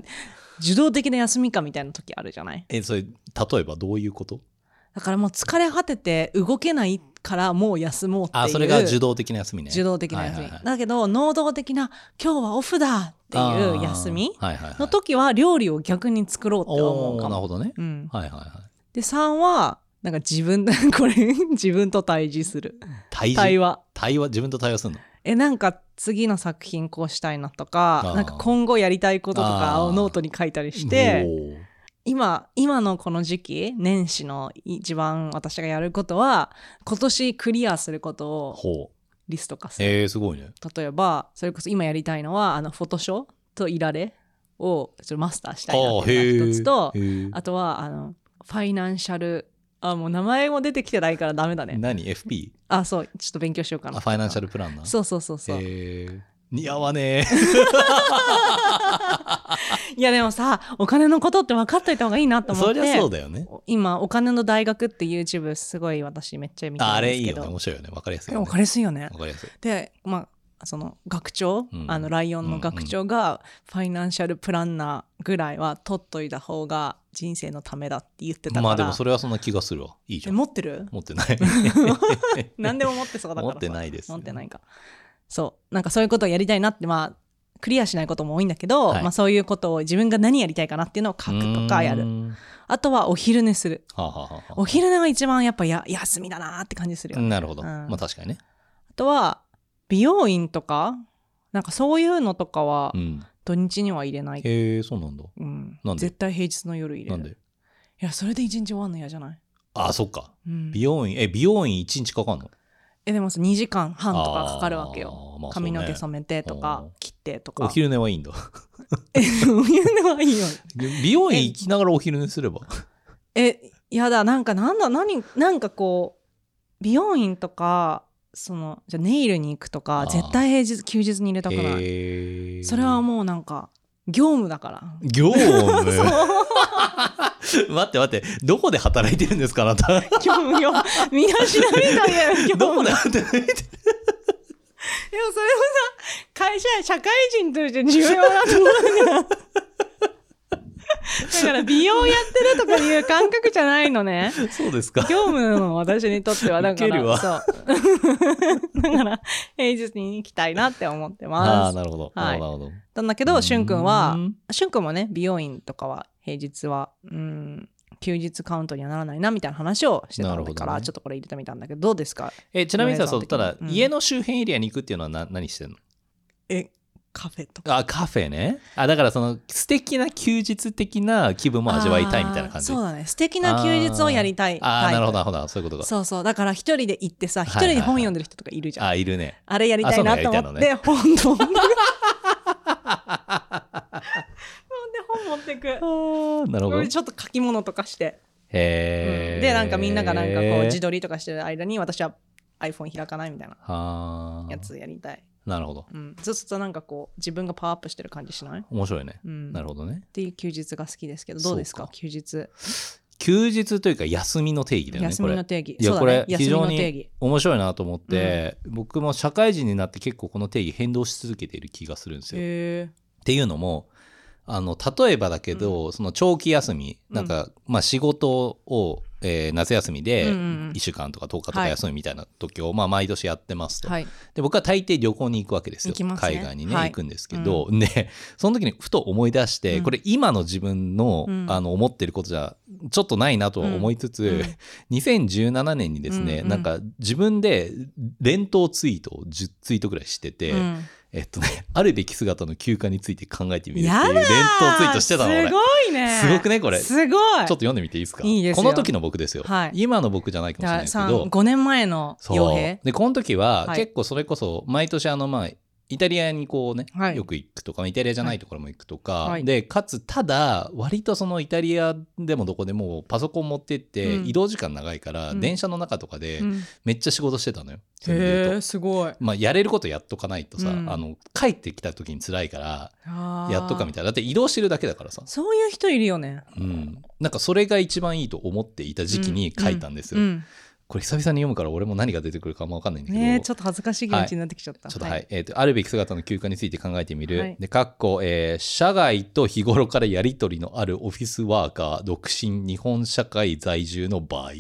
S2: 受動的な休みかみたいな時あるじゃない
S1: えそれ例えばどういうこと
S2: だからもう疲れ果てて動けないからもう休もうっていう
S1: あそれが受動的な休みね。
S2: 受動的な休み、
S1: はいはいはい
S2: だけど能動的な今日はオフだっていう休み
S1: あーはいはいはい、
S2: の時は料理を逆に作ろうって思
S1: お
S2: う
S1: ー
S2: か
S1: な
S2: も、
S1: るほどね。
S2: うん、
S1: はいはいはい。
S2: で3はなんか自分 <laughs> これ自分と対峙する
S1: 対
S2: 対
S1: 峙対
S2: 話
S1: 話自分と対話するの
S2: えなんか次の作品こうしたいなとか
S1: あー
S2: なんか今後やりたいこととか
S1: あ
S2: を
S1: ー
S2: ノートに書いたりして
S1: おー
S2: 今今のこの時期年始の一番私がやることは今年クリアすることを
S1: ほう
S2: リスト化する、
S1: えー、すごいね
S2: 例えばそれこそ今やりたいのはあのフォトショーとイラレをちょっとマスターしたいなっていうのが一つと
S1: へー
S2: あとはあのファイナンシャルあもう名前も出てきてないからダメだね
S1: 何 FP?
S2: あそうちょっと勉強しようかな
S1: あファイナンシャルプランナー
S2: そうそうそうそう、
S1: えー似合わね
S2: いやでもさお金のことって分かっといた方がいいなと
S1: え
S2: 思っ
S1: <laughs> そ
S2: て
S1: りゃそうだよね
S2: 今「お金の大学」って YouTube すごい私めっちゃ見て
S1: ああ
S2: るん
S1: れ
S2: で
S1: い
S2: すけ
S1: いよ
S2: ど
S1: ね面白いよねわかりやすい
S2: で
S1: よ、
S2: も
S1: ね、
S2: 分かりやすいよね
S1: わかりやすい
S2: でまあその学長、
S1: うん
S2: あのライオンの学長がファイナンシャルプランナーぐらいは取っといた方が人生のためだって言ってたから、
S1: まあでもそれはそんな気がするわいいじ
S2: え
S1: ゃん
S2: 持ってる
S1: 持ってない
S2: <laughs> 何でも持ってそうだから
S1: 持ってないです
S2: 持ってないかそうなんかそういうことをやりたいなってまあクリアしないことも多いんだけど、
S1: はい
S2: まあ、そういうことを自分が何やりたいかなっていうのを書くとかや
S1: うー
S2: る
S1: んは
S2: あとはお昼寝する
S1: あ、はあはあはあ
S2: お昼寝が一番やっぱや休みだなって感じするよ、あ
S1: なるほど、
S2: うん
S1: まあ確かにね
S2: とは美容院とかなんかそういうのとかは
S1: うん
S2: 土日には入れない、
S1: へえそうなんだ
S2: うん
S1: なんで
S2: 絶対平日の夜入れ
S1: な
S2: る
S1: んで
S2: いやそれで一日終わんの嫌じゃない、
S1: あそっか
S2: うん
S1: 美容院え美容院一日かかんの
S2: えでもさ2時間半とかかかるわけよ
S1: あーまあそうね
S2: 髪の毛染めてとか
S1: うん
S2: 切ってとか
S1: お昼寝はいいんだ
S2: え <laughs> お昼寝はいいよ
S1: 美容院行きながらお昼寝すれば
S2: えやだなんかなんだ何なんかこう美容院とかそのじゃあネイルに行くと
S1: あ
S2: か
S1: ー
S2: 絶対平日休日に入れたくない
S1: へえ
S2: それはもうなんか業務だから
S1: 業務 <laughs> 待って待ってどこで働いてるんですかあなた
S2: 業務
S1: <laughs>
S2: 業みなしなみたいな業務
S1: どこ
S2: で
S1: で
S2: も
S1: 働いて
S2: そ
S1: る
S2: れもさ
S1: <laughs>
S2: 会社社会人として重要なところじゃんから美容やってるとかいう感覚じゃないのね。
S1: そうですか。
S2: 業務なの私にとってはだか
S1: ウケるわ
S2: らそう <laughs> だから平日に行きたいなって思って
S1: あ
S2: ま
S1: あ、
S2: す
S1: なるほど。
S2: はい
S1: なるほど。なるほ
S2: なんだけ
S1: ど
S2: どしゅんくんは
S1: うーん
S2: しゅんくんもね美容院とかは平日はうん休日カウントにはならないなみたいな話をしてた
S1: なるほ
S2: か
S1: ど
S2: ら、
S1: ね
S2: ちょっとこれ入れてみたんだけどどうですか
S1: えちなみにさ、そう
S2: お姉
S1: た
S2: さん的に
S1: だ、
S2: うん
S1: 家の周辺エリアに行くっていうのはな何してんの
S2: えカフェと
S1: あ、カフェね。あ、だからその素敵な休日的な気分も味わいたいみたいな感じ。
S2: そうだね素敵な休日をやりたい
S1: ああ、なるほど、
S2: タ
S1: な
S2: イ
S1: るほど。そういうこと
S2: プ
S1: か。
S2: そうそうだから一人で行ってさ
S1: い
S2: 一
S1: はい
S2: 人
S1: はい
S2: で本読んでる人とかいるじゃん、
S1: あいるね。
S2: あれやりたいなと思って、本と思って <laughs> ほんで本持ってく
S1: なるほど。へ
S2: ちょっと書き物とかして、
S1: え、
S2: うんでなんかみんながなんかこう自撮りとかしてる間に私は iPhone 開かないみたいな
S1: はあ。
S2: やつやりたい、
S1: なるほど。
S2: うん、そうするとなんかこう自分がパワーアップしてる感じしない、
S1: 面白いね。
S2: うん、
S1: なる
S2: ほど
S1: ほどね。
S2: っていう休日が好きですけどどうですか
S1: そうか
S2: 休日
S1: 休日というか休みの定義だよね、
S2: 休
S1: こ
S2: み
S1: れ
S2: の。定義
S1: いや
S2: そう
S1: こ
S2: だね
S1: れ非常
S2: 休みの定義
S1: に面白いなと思って、僕も社会人になって結構この定義変動し続けている気がするんですよ。
S2: へ
S1: っていうのもあの例えばだけど、その長期休み
S2: うん
S1: なんか、まあ、仕事を、えー夏休みで
S2: うんうんうん
S1: 1週間とか10日とか
S2: はい
S1: 休みみたいな時を、まあ、毎年やってます
S2: え
S1: と、
S2: はい
S1: で僕は大抵旅行に行くわけですよ
S2: 行きますね
S1: 海外にね、
S2: はい
S1: 行くんですけど、でその時にふと思い出して、
S2: うん
S1: これ今の自分の,、
S2: うん
S1: あの思ってることじゃちょっとないなとは思いつつ、
S2: うんうん
S1: 2017年にですね、
S2: うんうん
S1: なんか自分で連投ツイートを10ツイートぐらいしてて、
S2: うん
S1: えっとね、あるべき姿の休暇について考えてみるって
S2: やだ
S1: いう
S2: ー
S1: 連投ツイートしてたの俺
S2: す
S1: ちょっ
S2: ごいね
S1: すごくねこれ
S2: すごい
S1: と読んでみていいですか
S2: いいです
S1: こ
S2: よ
S1: の時の僕ですよ、
S2: はい
S1: 今の僕じゃないかもしれないですけ
S2: さん
S1: ど
S2: 5年前の傭
S1: そう
S2: 兵
S1: でこの時は
S2: はい
S1: 結構それこそ毎年あのまあイタリアにこうね、
S2: はい
S1: よく行くとかイタリアじゃないところも行くとか、
S2: はい
S1: でかつただ割とそのイタリアでもどこでもパソコン持ってって
S2: うん
S1: 移動時間長いから、
S2: うん
S1: 電車の中とかで
S2: うん
S1: めっちゃ仕事してたのよ、それで言うと
S2: へえすごい
S1: まあ、やれることやっとかないとさ、
S2: うん
S1: あの帰ってきた時に辛いからや
S2: や
S1: っとかみたいなだって移動してるだけだからさ、
S2: そういう人いるよね
S1: うん、なんかそれが一番いいと思っていた時期に書いたんですよ、
S2: うん
S1: これ久々に読むから俺も何が出てくるかあんま分かんないんだけど、
S2: ねえち
S1: ちょ
S2: ょっと恥ずかしい気持ちになってきちゃった。
S1: っとはい、えーとあるべき姿の休暇について考えてみる、
S2: はい
S1: でかっこ、えー社外と日頃からやり取りのあるオフィスワーカー独身日本社会在住の場合っ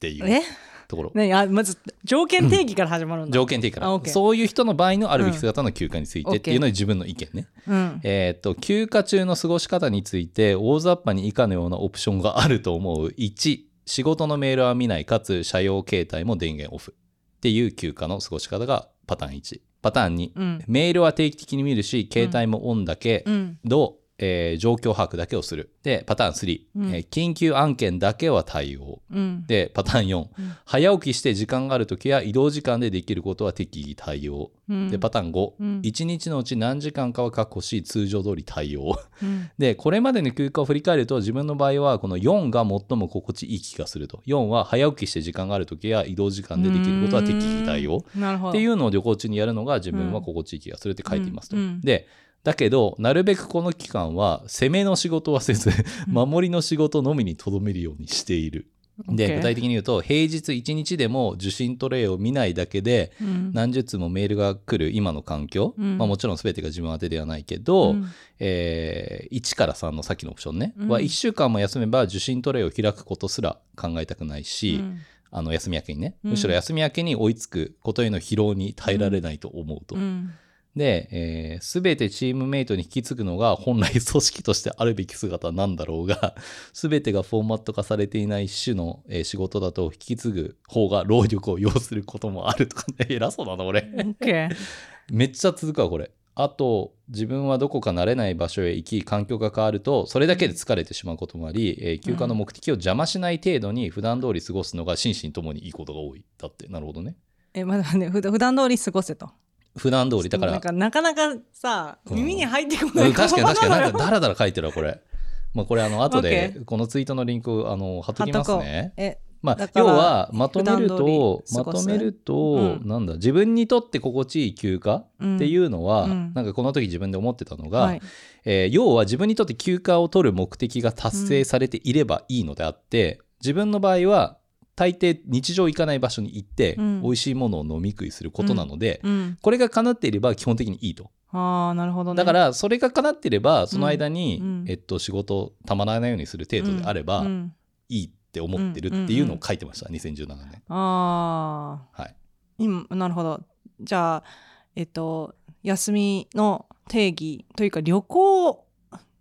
S1: ていう
S2: え
S1: ところ
S2: 何あまず条件定義から始まるんだ。
S1: 条件的か
S2: あ
S1: ら
S2: OK
S1: そういう人の場合のあるべき姿の休暇についてっていうの
S2: う
S1: に自分の意見ね、
S2: うん。
S1: えー、と休暇中の過ごし方について大雑把に以下のようなオプションがあると思う1仕事のメールは見ないかつ社用携帯も電源オフっていう休暇の過ごし方がパターン1パターン2、
S2: うん。
S1: メールは定期的に見るし携帯もオンだけ
S2: うん。
S1: ど、えー状況把握だけをするでパターン3、
S2: うん
S1: えー緊急案件だけは対応
S2: うん。
S1: でパターン4、
S2: ん
S1: 早起きして時間がある時や移動時間でできることは適宜対応
S2: うん
S1: でパターン5、
S2: うん
S1: 1日のうち何時間かは確保し通常通り対応 <laughs>
S2: うん
S1: でこれまでの休暇を振り返ると自分の場合はこの4が最も心地いい気がすると4は早起きして時間がある時や移動時間でできることは適宜対応
S2: なるほど。。
S1: っていううのを旅行中にやるのが自分は心地いい気がするって書いていますと。
S2: うんうん
S1: でだけどなるべくこの期間は攻めの仕事はせず
S2: うん
S1: 守りの仕事のみにとどめるようにしている。で
S2: OK
S1: 具体的に言うと平日1日でも受信トレイを見ないだけで
S2: うん。
S1: 何十通もメールが来る今の環境、
S2: うん
S1: まあ、もちろん全てが自分宛てではないけど、
S2: うん
S1: えー1から3のさっきのオプションね、
S2: うん
S1: は1週間も休めば受信トレイを開くことすら考えたくない
S2: う
S1: し、
S2: ん
S1: あの休み明けにね、
S2: うん
S1: むしろ休み明けに追いつくことへの疲労に耐えられないと思うと、
S2: うん
S1: で、えー全てチームメイトに引き継ぐのが本来組織としてあるべき姿なんだろうが <laughs> 全てがフォーマット化されていない一種の、えー仕事だと引き継ぐ方が労力を要することもあるとかね偉そうだな俺
S2: OK。
S1: めっちゃ続くわこれあと自分はどこか慣れない場所へ行き環境が変わるとそれだけで疲れてしまうこともあり、えー休暇の目的を邪魔しない程度に普段通り過ごすのが心身ともにいいことが多いだってなるほどね
S2: え、まだね、ふ普段通り過ごせと。
S1: 普段通りだから
S2: なんかなかなかさ、
S1: うん
S2: 耳に入ってこな
S1: うん
S2: い
S1: 確かに確かになん
S2: か
S1: かダラダラ書いてるわこれ。まあこれあの後でこのツイートのリンクをあの貼っときますね。
S2: え、
S1: ま
S2: だ
S1: あ
S2: か
S1: 要
S2: ら
S1: はまとめる
S2: 普段
S1: と
S2: 通り過
S1: ま
S2: ご
S1: と
S2: す
S1: めると、
S2: うん
S1: なんだ自分にとって心地いい休暇っていううのは、
S2: うん
S1: なんかこの時自分で思ってたの
S2: が
S1: が、えー要は自分にとって休暇を取る目的が達成されていればいいのであって、自分の場合は大抵日常行かない場所に行って、
S2: うん
S1: 美味しいものを飲み食いすることなので、
S2: うん、
S1: これが叶っていれば基本的にいいと。
S2: ああなるほどね
S1: だからそれが叶っていればその間に、
S2: うんうん
S1: えっと、仕事たまらないようにする程度であれば、
S2: うん
S1: いいって思ってるっていうのを書いてました、2017年。
S2: ああ
S1: はい、
S2: 今なるほどじゃあえっと休みの定義というか旅行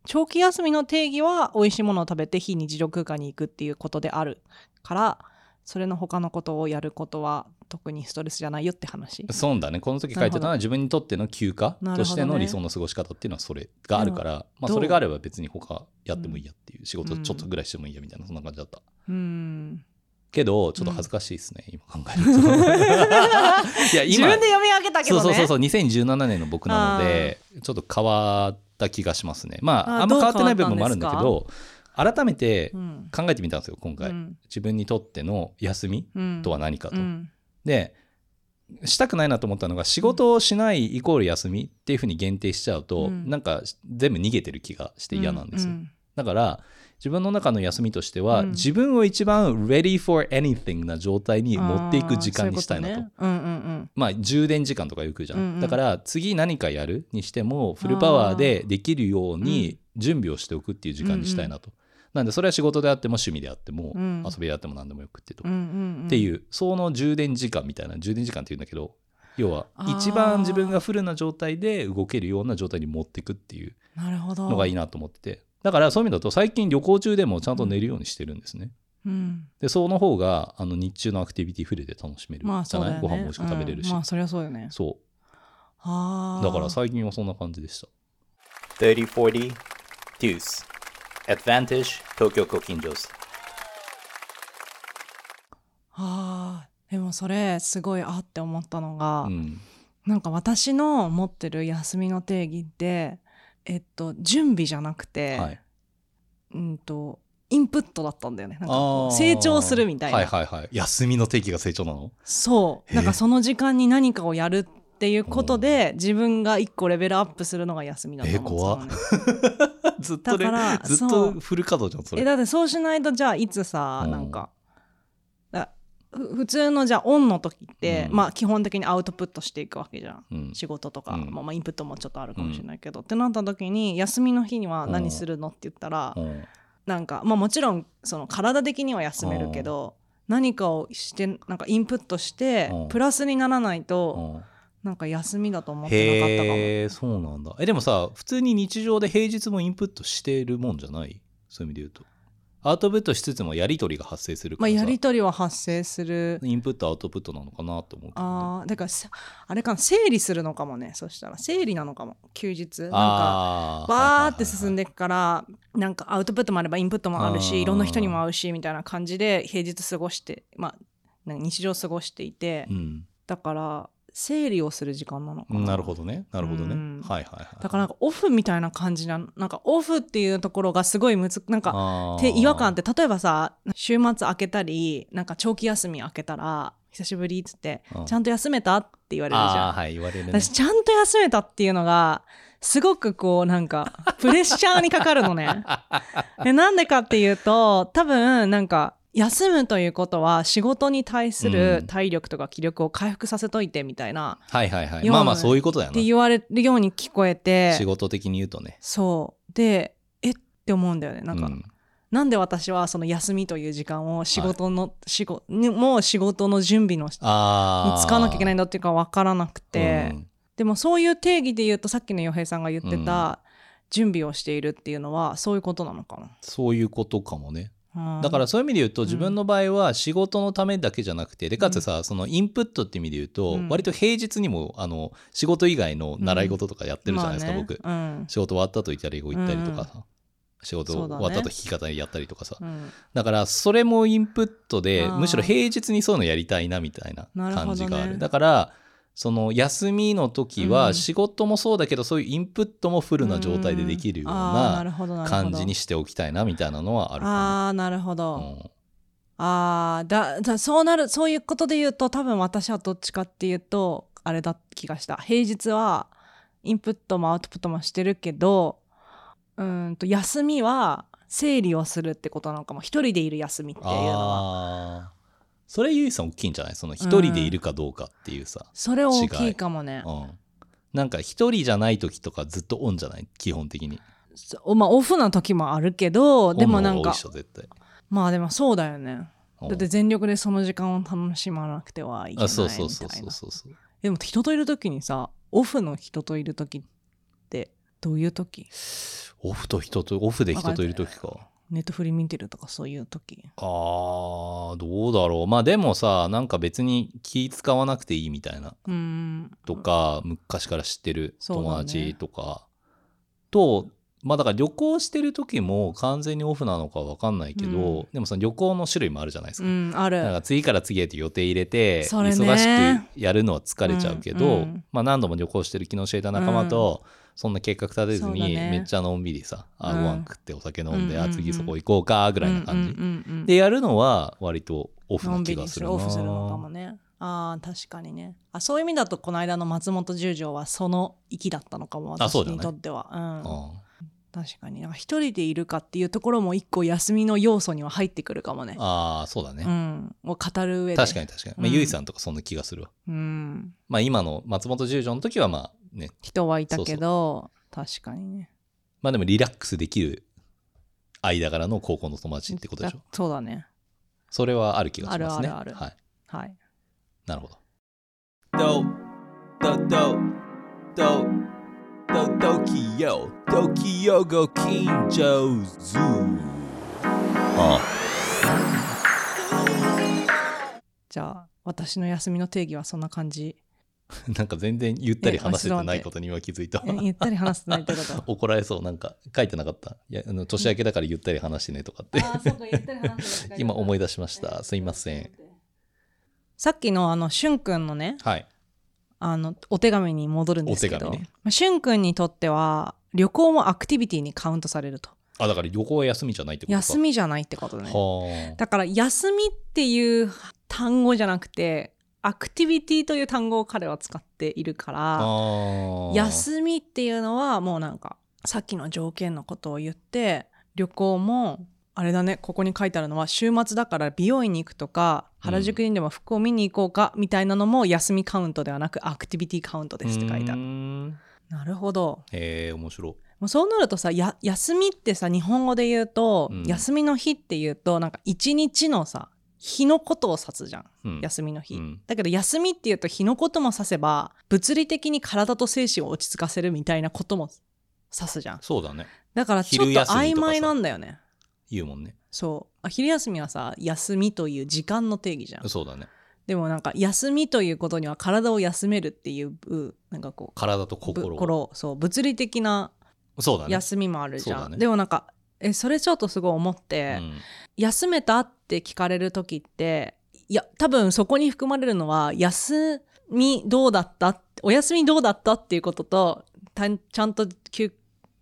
S2: 長期休みの定義は美味しいものを食べて非日常空間に行くっていうことであるからそれの他のことをやることは特にストレスじゃないよって話
S1: そうだねこの時書いてたのは自分にとっての休暇
S2: なるほどね
S1: としての理想の過ごし方っていうのはそれがあるからまあ、
S2: どう
S1: それがあれば別に他やってもいいやっていう仕事
S2: うん
S1: ちょっとぐらいしてもいいやみたいなそんな感じだった。 <laughs>
S2: うん
S1: けどちょっと恥ずかしいですね、今考え
S2: <laughs>
S1: ると。いや
S2: 自分で読み上げたけど
S1: そう
S2: ね
S1: そうそうそう2017年の僕なのでちょっと変わった気がしますねまあ
S2: あー
S1: あん
S2: ど
S1: ま
S2: う
S1: 変わってない部分もあるんだけど改めて
S2: うん
S1: 考えてみたんですよ今
S2: う
S1: 回、
S2: ん
S1: 自分にとっての休み
S2: うん
S1: とは何かと、
S2: うん
S1: でしたくないなと思ったのが仕事をしないイコール休みっていうふうに限定しちゃうと、
S2: うん
S1: なんか全部逃げてる気がして嫌なんですよ、
S2: うう
S1: だから自分の中の休みとしては、
S2: うん
S1: 自分を一番 ready for anything な状態に持っていく時間にしたいなと
S2: あーそういうことねうんうんうん
S1: まあ、充電時間とかよく言うじゃん、
S2: うんうん
S1: だから次何かやるにしてもフルパワーでできるように準備をしておくっていう時間にしたいなと、なんでそれは仕事であっても趣味であっても、
S2: うん
S1: 遊びであっても何でもよくっていう
S2: う
S1: と、
S2: んうんうん
S1: っていうその充電時間みたいな充電時間っていうんだけど要は
S2: あー
S1: 一番自分がフルな状態で動けるような状態に持っていくっていう
S2: なるほど
S1: のがいいなと思っててだからそういう意味だと最近旅行中でもちゃんと寝るようにしてるんですね、
S2: うん
S1: でその方があの日中のアクティビティフルで楽しめるじゃな
S2: まあ
S1: い、
S2: そうだよね
S1: ご飯も美味しく食べれるし、
S2: うんまあそりゃそうよね
S1: そう
S2: あー
S1: だから最近はそんな感じでした。
S4: 3040 Deuce Advantage Tokyo Kokinjos
S2: あーでもそれすごいあって思ったのが、
S1: うん、
S2: なんか私の持ってる休みの定義ってえっと準備じゃなくて、
S1: はい。
S2: うんとインプットだったんだよねなんかこう成長するみたいな、
S1: はいはいはい。休みの定義が成長なの？
S2: そう
S1: へえ
S2: なんかその時間に何かをやるっていうことで自分が一個レベルアップするのが休みだと思ってたのね
S1: ずっとね
S2: だから
S1: ずっ
S2: そ
S1: と
S2: う
S1: フル稼働じゃんそ
S2: え
S1: れ。
S2: だってそうしないとじゃあいつさ、
S1: うん
S2: なんかだふ普通のじゃあオンの時って、
S1: うん
S2: まあ基本的にアウトプットしていくわけじゃん
S1: うん
S2: 仕事とか、
S1: うん
S2: まあ、まあインプットもちょっとあるかもしれないけど、ってなった時に休みの日には何するのって言ったら、
S1: うん
S2: なんかまあもちろんその体的には休めるけど、何かをしてなんかインプットして、
S1: うん
S2: プラスにならないうと、
S1: ん
S2: なんか休みだと思ってなかったかも。
S1: へえ、そうなんだ。えでもさ、普通に日常で平日もインプットしてるもんじゃない？そういう意味で言うと、アウトプットしつつもやりとりが発生するか
S2: まあ、
S1: らさ。
S2: やり取りは発生する
S1: インプットアウトプットなのかなと思うけどね、
S2: あーだからさあれかな整理するのかもねそしたら整理なのかも休日なんか
S1: あ
S2: バーって進ん
S1: で
S2: でいくからなんかアウトプットもあればインプットもある
S1: あー
S2: しいろんな人にも会うしみたいな感じで平日過ごしてまあなんか日常過ごしていて、
S1: うん、
S2: だから整理をする時間なのかな
S1: なるほどね、なるほどね、
S2: うん
S1: はいはいはい。
S2: だからなんかオフみたいな感じななんかオフっていうところがすごいむずなんか
S1: あー
S2: て違和感って例えばさ週末明けたりなんか長期休み明けたら久しぶりっつって、
S1: うん
S2: ちゃんと休めたって言われるじゃん
S1: あーはい言われるね。
S2: 私ちゃんと休めたっていうのがすごくこうなん
S1: <laughs>
S2: かプレッシャーにかかるのね。でなんでかっていうと多分なんか休むということは仕事に対す
S1: う
S2: る
S1: ん
S2: 体力とか気力を回復させといてみたいな、
S1: はいはいはい。
S2: 要
S1: ま
S2: は
S1: あまあそういうことだよ
S2: って
S1: な。
S2: 言われるように聞こえて
S1: 仕事的に言うとね。
S2: そうでえって思うんだよねなんか、
S1: うん
S2: なんで私はその休みという時間を仕事の、仕事にも仕事の準備のに使
S1: ああ。
S2: わなきゃいけない
S1: っ
S2: んだっていうか分からなくて。でもそういう定義で言うとさっきの洋平さんが言ってた、準備をしているっていうのはそういうことなのか
S1: そういうことかもね。
S2: な。うん
S1: だからそういう意味で言うと
S2: うん
S1: 自分の場合は仕事のためだけじゃなくて、でかつさそのインプットって意味で言うと、
S2: うん
S1: 割と平日にもあの仕事以外の習い事とかやってるじゃないですか、
S2: まあね
S1: 僕。
S2: うん
S1: 仕事終わった後イタリア語行ったりとかさ。仕事
S2: そう
S1: 終
S2: だね
S1: わった後弾き語りやったりとかさだ,、
S2: うん
S1: からそれもインプットで
S2: あー
S1: むしろ平日にそういうのやりたいなみたいな
S2: なるほど
S1: 感
S2: ね
S1: じがあるだからその休みの時
S2: う
S1: は
S2: ん
S1: 仕事もそうだけど、そういうインプットもフルな状態でできるよう
S2: あーな
S1: な
S2: るほどなるほど
S1: 感じにしておきたいなみたいなのはあるか
S2: ああなるほど、
S1: な。うん
S2: ああだだそうなるそういうことで言うと多分私はどっちかっていうとあれだ気がした平日はインプットもアウトプットもしてるけどうーんと休みは整理をするってことなのかも一人でいる休みっていうのは
S1: あそれゆいさん大きいんじゃないその一人でいるかどうかっていうさ、
S2: それ大きいかもね
S1: う。んなんか一人じゃない時とかずっとオンじゃない基本的に
S2: そうまあオフな時もあるけど、でもなん
S1: オンの方が多い
S2: か
S1: っしょ絶対
S2: まあでもそうだよね。
S1: うん
S2: だって全力でその時間を楽しまなくてはいけない
S1: あ
S2: みた
S1: そう
S2: い
S1: そうそうそ
S2: な
S1: う。そうそう
S2: でも人といる時にさ、オフの人といる時ってどういう時？
S1: オフと人とオフで人といる時か
S2: ネットフリ見てるとかそういう時？
S1: あーどうだろうまあでもさなんか別に気使わなくていいみたいな
S2: うーん。
S1: とか、昔から知ってる友達とか、とまあだから旅行してる時も完全にオフなのかわかんないけど、
S2: う
S1: でもその旅行の種類もあるじゃないです
S2: う
S1: か、
S2: ん、あ
S1: なん
S2: る。
S1: か次から次へと予定入れて
S2: それね
S1: 忙しくやるのは疲れちゃうけど、
S2: うんうん
S1: まあ、何度も旅行してる気の知れた仲間と、そんな計画立てず
S2: そう
S1: に
S2: だね
S1: めっちゃのんびりさ、あ
S2: うん
S1: ご飯食ってお酒飲ん
S2: う
S1: で、
S2: んうんう
S1: あ
S2: ん
S1: 次そこ行こうかぐらいな感じ、
S2: うんうんうんうん
S1: でやるのは割とオフ
S2: の
S1: なん
S2: び
S1: 気
S2: り
S1: が
S2: す
S1: す
S2: る
S1: る
S2: オ
S1: な
S2: フするのかもねあー確かにねあそういう意味だとこの間の松本十条はその域だったのかも
S1: あ
S2: 私
S1: そうだね
S2: にとってはうん
S1: うん
S2: 確かになんか一人でいるかっていうところも一個休みの要素には入ってくるかもね
S1: ああそうだね、
S2: うんを語る上で
S1: 確かに確かに、まあ
S2: うん
S1: ゆいさんとかそんな気がするわ
S2: うん
S1: まあ今の松本十条の時はまあね
S2: 人はいたけど確かにね
S1: まあでもリラックスできる間柄の高校の友達ってことでしょ
S2: あそうだね
S1: それはある気がしますね
S2: あるあるある
S1: はい
S2: はい
S1: なるほど
S4: Do, do, do, do, do, Tokyo, Tokyo go Kinjo Zoo.
S1: あ
S2: じゃあ私の休みの定義はそんな感じ
S1: あなんか全然ゆったり話せてないことに今気づいたわ
S2: えゆったり話してないって
S1: <laughs>
S2: こと
S1: 怒られそうなんか書いてなかったいやあの年明けだからゆったり話してねとかって
S2: あーそうかゆったり話してない
S1: <laughs> 今思い出しましたすいません
S2: さっきのあのしゅんくんのね
S1: はい
S2: あのお手紙に戻るんですけ
S1: お手
S2: ど、
S1: 紙ね
S2: まあしゅんくんにとっては旅行もアクティビティにカウントされると
S1: あだから旅行は休みじゃないってことか
S2: 休みじゃないってことね
S1: はあ
S2: だから休みっていう単語じゃなくてアクティビティという単語を彼は使っているから
S1: ああ
S2: 休みっていうのはもうなんかさっきの条件のことを言って旅行もあれだねここに書いてあるのは週末だから美容院に行くとか原宿にでも服を見に行こうかみたいなのも休みカウントではなくアクティビティカウントですって書いてある。
S1: る
S2: なるほど
S1: へえ面白い
S2: もうそうなるとさや休みってさ日本語で言うと、
S1: うん
S2: 休みの日っていうとなんか一日のさ日のことを指すじゃん、
S1: うん
S2: 休みの日、
S1: うん
S2: だけど休みっていうと日のことも指せば物理的に体と精神を落ち着かせるみたいなことも指すじゃん
S1: そうだね
S2: だからちょっ
S1: 昼
S2: と
S1: 休みとかさ
S2: 曖昧なんだよね
S1: 言うもんね
S2: そうあ昼休みはさ休みという時間の定義じゃん
S1: そうだね
S2: でもなんか休みということには体を休めるっていうなんかこう
S1: 体と
S2: ぶ
S1: 心を
S2: 心そう物理的な
S1: そうだね
S2: 休みもあるじ
S1: そう
S2: ゃ
S1: だ
S2: ん、
S1: ね
S2: でもなんかえそれちょっとすごい思って、
S1: うん
S2: 休めたって聞かれる時っていや多分そこに含まれるのは休みどうだったお休みどうだったっていうこととたんちゃんと休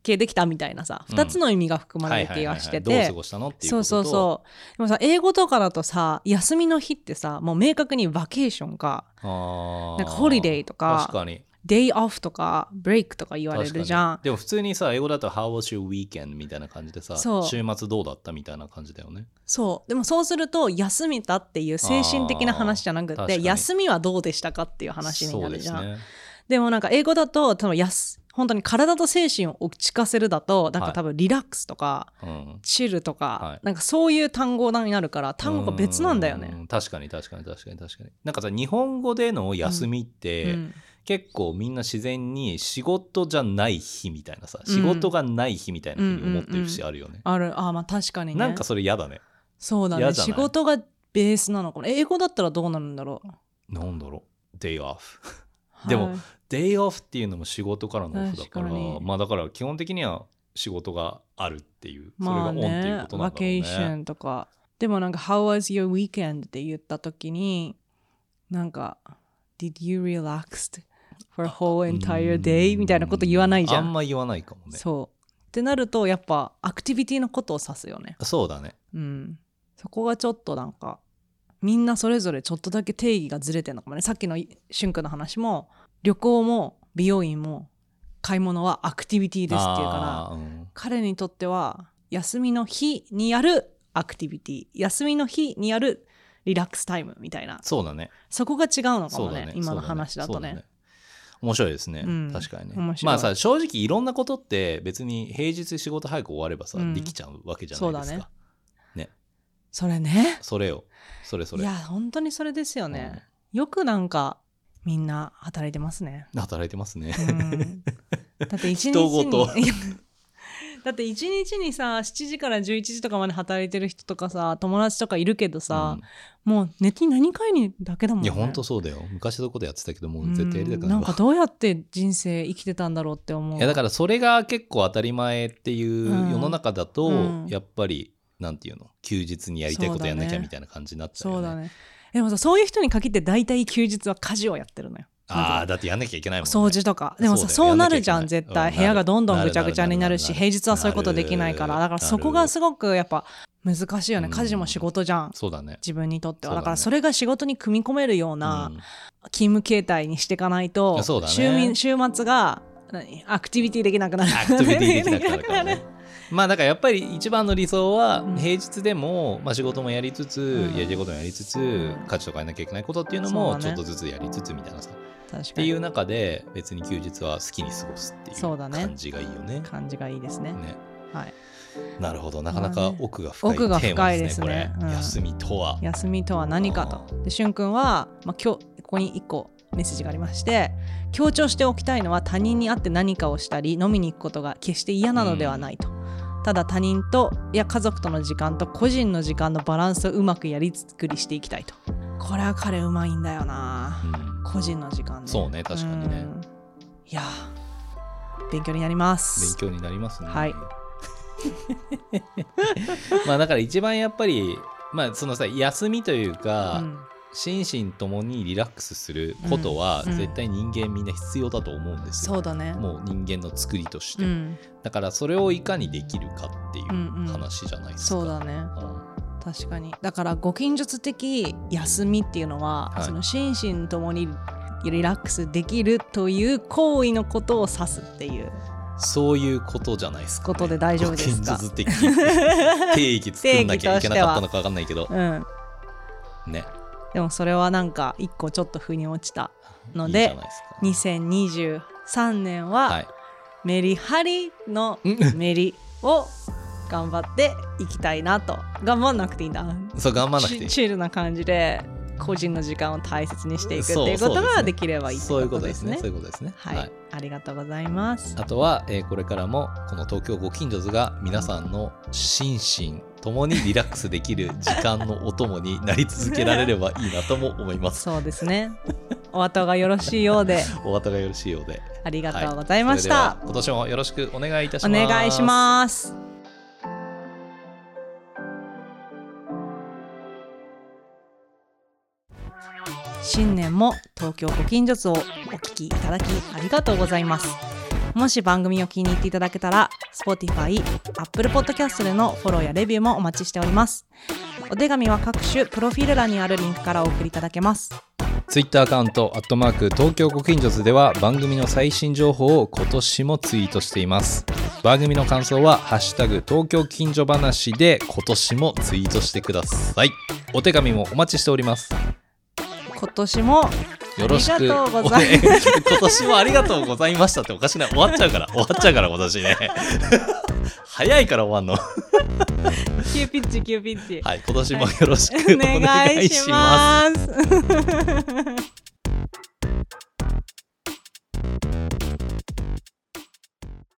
S2: 憩できたみたいなさ、
S1: うん
S2: 2つの意味が含ま
S1: は
S2: れ
S1: い
S2: る
S1: はい
S2: 気
S1: はいは
S2: が
S1: い
S2: してて、
S1: どう過ごしたのっていう
S2: そ
S1: こ
S2: うそ
S1: と
S2: うそうでもさ英語とかだとさ休みの日ってさもう明確にバケーションか
S1: あー
S2: なんかホリデーとか
S1: 確かに
S2: デイオフとかブレイクとか言われ
S1: 確か
S2: る
S1: に
S2: じゃん
S1: でも普通にさ英語だと「How was your weekend?」みたいな感じでさ
S2: そう
S1: 週末どうだったみたいな感じだよね
S2: そうでもそうすると休みたっていう精神的な話じゃなく
S1: あー確か
S2: て
S1: に
S2: 休みはどうでしたかっていう話になるじゃん
S1: そう
S2: で,、
S1: ですね
S2: もなんか英語だと多分やす本当に体と精神を落ち着かせるだとなん
S1: は
S2: か
S1: い
S2: 多分リラックスとか、
S1: うん
S2: チルとか、
S1: はい
S2: なんかそういう単語になるから単語が別なんだよ
S1: う
S2: ね。
S1: ん確かに確かに確かに確かになんかさ日本語での休みって、
S2: うん
S1: 結構みんな自然に仕事じゃない日みたいなさ、仕事がない日みたいなふうに思ってる節あるよね、
S2: あるあーまあ確かにね
S1: なんかそれ嫌だね
S2: そうだ
S1: 嫌
S2: ね
S1: じゃな
S2: 仕
S1: い
S2: 事がベースなのかなえ英語だったらどうなるんだろう
S1: なんだろう day off <laughs> でも
S2: はい
S1: デイオフっていうのも仕事からのオフだから
S2: 確かに
S1: まあだから基本的には仕事があるっていう、
S2: まあ
S1: それがオンっていう
S2: ね
S1: こ、とな
S2: バ
S1: んだ
S2: ケ
S1: ろ
S2: ー
S1: うね
S2: ションとか。でもなんか、How was your weekend? って言ったときに、なんか、Did you relaxed for a whole entire day? みたいなこと言わないじゃ。
S1: うんあんま言わないかもねそ
S2: そう。ってなると、やっぱ、アクティビティのことを指すよね。
S1: うだね
S2: うん。そこがちょっとなんか、みんなそれぞれちょっとだけ定義がずれてるのかもね。さっきのしゅんくんの話も、旅行も美容院も買い物はアクティビティですっていうから、
S1: あーうん
S2: 彼にとっては休みの日にやるアクティビティ休みの日にやるリラックスタイムみたいな
S1: そうだね。
S2: そこが違うのか
S1: そ
S2: も
S1: うだ
S2: ね
S1: ね。
S2: 今の
S1: そう
S2: 話だとね
S1: そう面白いですね、
S2: うん
S1: 確かにね
S2: 面白い
S1: まあさ正直いろんなことって別に平日仕事早く終わればさ、
S2: うん
S1: できちゃうわけじゃないです
S2: そ
S1: か
S2: うだ
S1: そ,、
S2: ねそれね
S1: れをそれそれ
S2: いや本当にそれですよね、よくなんかみんな働いてますね、
S1: 働いてますね、 <laughs>
S2: うん、だって一日
S1: 人ご
S2: に
S1: と
S2: <laughs> だって一日にさ7時から11時とかまで働いてる人とかさ友達とかいるけどさ、もう寝て何回にだけだ
S1: う
S2: もん
S1: んい
S2: ね
S1: や本当そうだよ昔のことやってたけども
S2: う
S1: うん絶対やりたくない
S2: な
S1: わ
S2: んかどうやって人生生きてたんだろうって思う
S1: い
S2: い
S1: やだ
S2: か
S1: からそれが結構当たり前っていう
S2: うん
S1: 世の中だと、
S2: うん
S1: やっぱりなんていうの休日にやりたいことやんなきゃみたいな感じになっちゃ
S2: そ
S1: うよ
S2: う
S1: ね
S2: だねでもさそういう人に限って大体休日は家事をやってるのよ
S1: ああだってやんなきゃいけないもん、ね、
S2: 掃除とかでもさ
S1: そうだ
S2: そ
S1: よ
S2: うな
S1: やんなきゃい
S2: る
S1: け
S2: じ
S1: な
S2: ゃ
S1: い
S2: ん絶
S1: う
S2: 対
S1: ん
S2: 部屋がどんど
S1: なんる
S2: ぐちゃぐちゃになる
S1: な
S2: し
S1: るな
S2: 平
S1: る
S2: 日はそういうことできないから
S1: なる
S2: だからそこがすごくやっぱ難しいよね
S1: うん
S2: 家事も仕事じゃん
S1: そうだね
S2: 自分にとっては
S1: そうだね
S2: だからそれが仕事に組み込めるような
S1: うん
S2: 勤務形態にしていかない
S1: い
S2: と
S1: やそうだね
S2: 週み週末が何アクティビティできなくなる
S1: アクティビティできなくな
S2: <laughs>
S1: るから
S2: でき
S1: ね。まあだからやっぱり一番の理想は
S2: うん
S1: 平日でも、まあ、仕事もやりつつ、
S2: うん
S1: やりたいこともやりつつ、
S2: ん
S1: 価値とかやんなきゃいけないことっていうの
S2: そ
S1: も
S2: うだね
S1: ちょっとずつやりつつみたいなさ、
S2: 確
S1: っ
S2: か
S1: てい
S2: に
S1: う中で別に休日は好きに過ごすっていう
S2: そうだね
S1: 感じがいいよね。
S2: 感じがいいですね
S1: ね
S2: はい
S1: なるほどなかなか奥が深いテ
S2: 奥が
S1: ーマ
S2: 深い
S1: で
S2: ですす
S1: ね
S2: ね
S1: これ、
S2: うん
S1: 休みとは。
S2: 休みとは何かと。で、しゅんくんは、まあ、今日ここに1個メッセージがありまして強調しておきたいのは他人に会って何かをしたり飲みに行くことが決して嫌なのではないと。ただ他人といや家族との時間と個人の時間のバランスをうまくやりつくりしていきたいとこれは彼うまいんだよな
S1: うん
S2: 個人の時間ね
S1: そうね確かにね
S2: うんいやー勉強になります
S1: 勉強になりますね。
S2: はい
S1: <laughs> まあだから一番やっぱり、まあ、そのさ休みというか、
S2: うん
S1: 心身ともにリラックスすることは
S2: うん
S1: 絶対人間みんな必要だと思うんですよ、
S2: そうだね
S1: もう人間の作りとして、
S2: うん
S1: だからそれをいかにできるかってい
S2: んうん
S1: う話じゃないですか、
S2: そうだね
S1: うん
S2: 確かにだからご近所的休みっていうのは、
S1: はい
S2: その心身ともにリラックスできるという行為のことを指すっていう
S1: そういうことじゃないですか、
S2: こ
S1: ね、
S2: とで大丈夫ですか
S1: ご近所的定義作んなきゃいけなか
S2: 定義と
S1: ったのか分かんないけ
S2: <laughs>
S1: ど
S2: うん
S1: ね
S2: でもそれはなんか一個ちょっと腑に落ちたの
S1: いい
S2: で
S1: じゃないですか
S2: 2023年
S1: は
S2: はいメリハリのメリを頑張っていきたいなと頑張んなくていいんだ
S1: <laughs> そう頑張らなくて
S2: <laughs>
S1: い
S2: チ
S1: い
S2: チルな感じで個人の時間を大切にしていくって
S1: そ
S2: い
S1: う
S2: うこ
S1: そ
S2: と
S1: うです
S2: が
S1: ね
S2: できればいいって
S1: そういう
S2: こ
S1: こと
S2: と
S1: で
S2: ですす
S1: ね
S2: ね
S1: そういうことですね
S2: はい、ありがとうございます
S1: あとは、えーこれからもこの東京ご近所図が皆さんの心身ともにリラックスできる時間のお供になり続けられればいいなとも思
S2: <laughs>
S1: います。
S2: そうですね。お後がよろしいようで、
S1: お後がよろしいようで。
S2: ありが
S1: はい
S2: とうございまし
S1: それ
S2: た
S1: では。今年もよろしくお願いいたし
S2: お
S1: ます。
S2: 願いします。新年も東京ご近所図をお聞きいただきありがとうございます。もし番組を気に入っていただけたら、Spotify、Apple Podcast でのフォローやレビューもお待ちしております。お手紙は各種プロフィール欄にあるリンクからお送りいただけます。
S1: ツイッターアカウント、アットマーク、東京ご近所図では番組の最新情報を今年もツイートしています。番組の感想は、ハッシュタグ、東京近所話で今年もツイートしてください。お手紙もお待ちしております。
S2: 今年も
S1: よろしく。
S2: ありがとうござい
S1: 今年もありがとうございましたっておかしいな。終わっちゃうから、終わっちゃうから、私 <laughs> ね。早いから終わんの。は
S2: 急ピッチ急ピッチ。
S1: い、今年もよろしくお願いします。
S2: お願いします。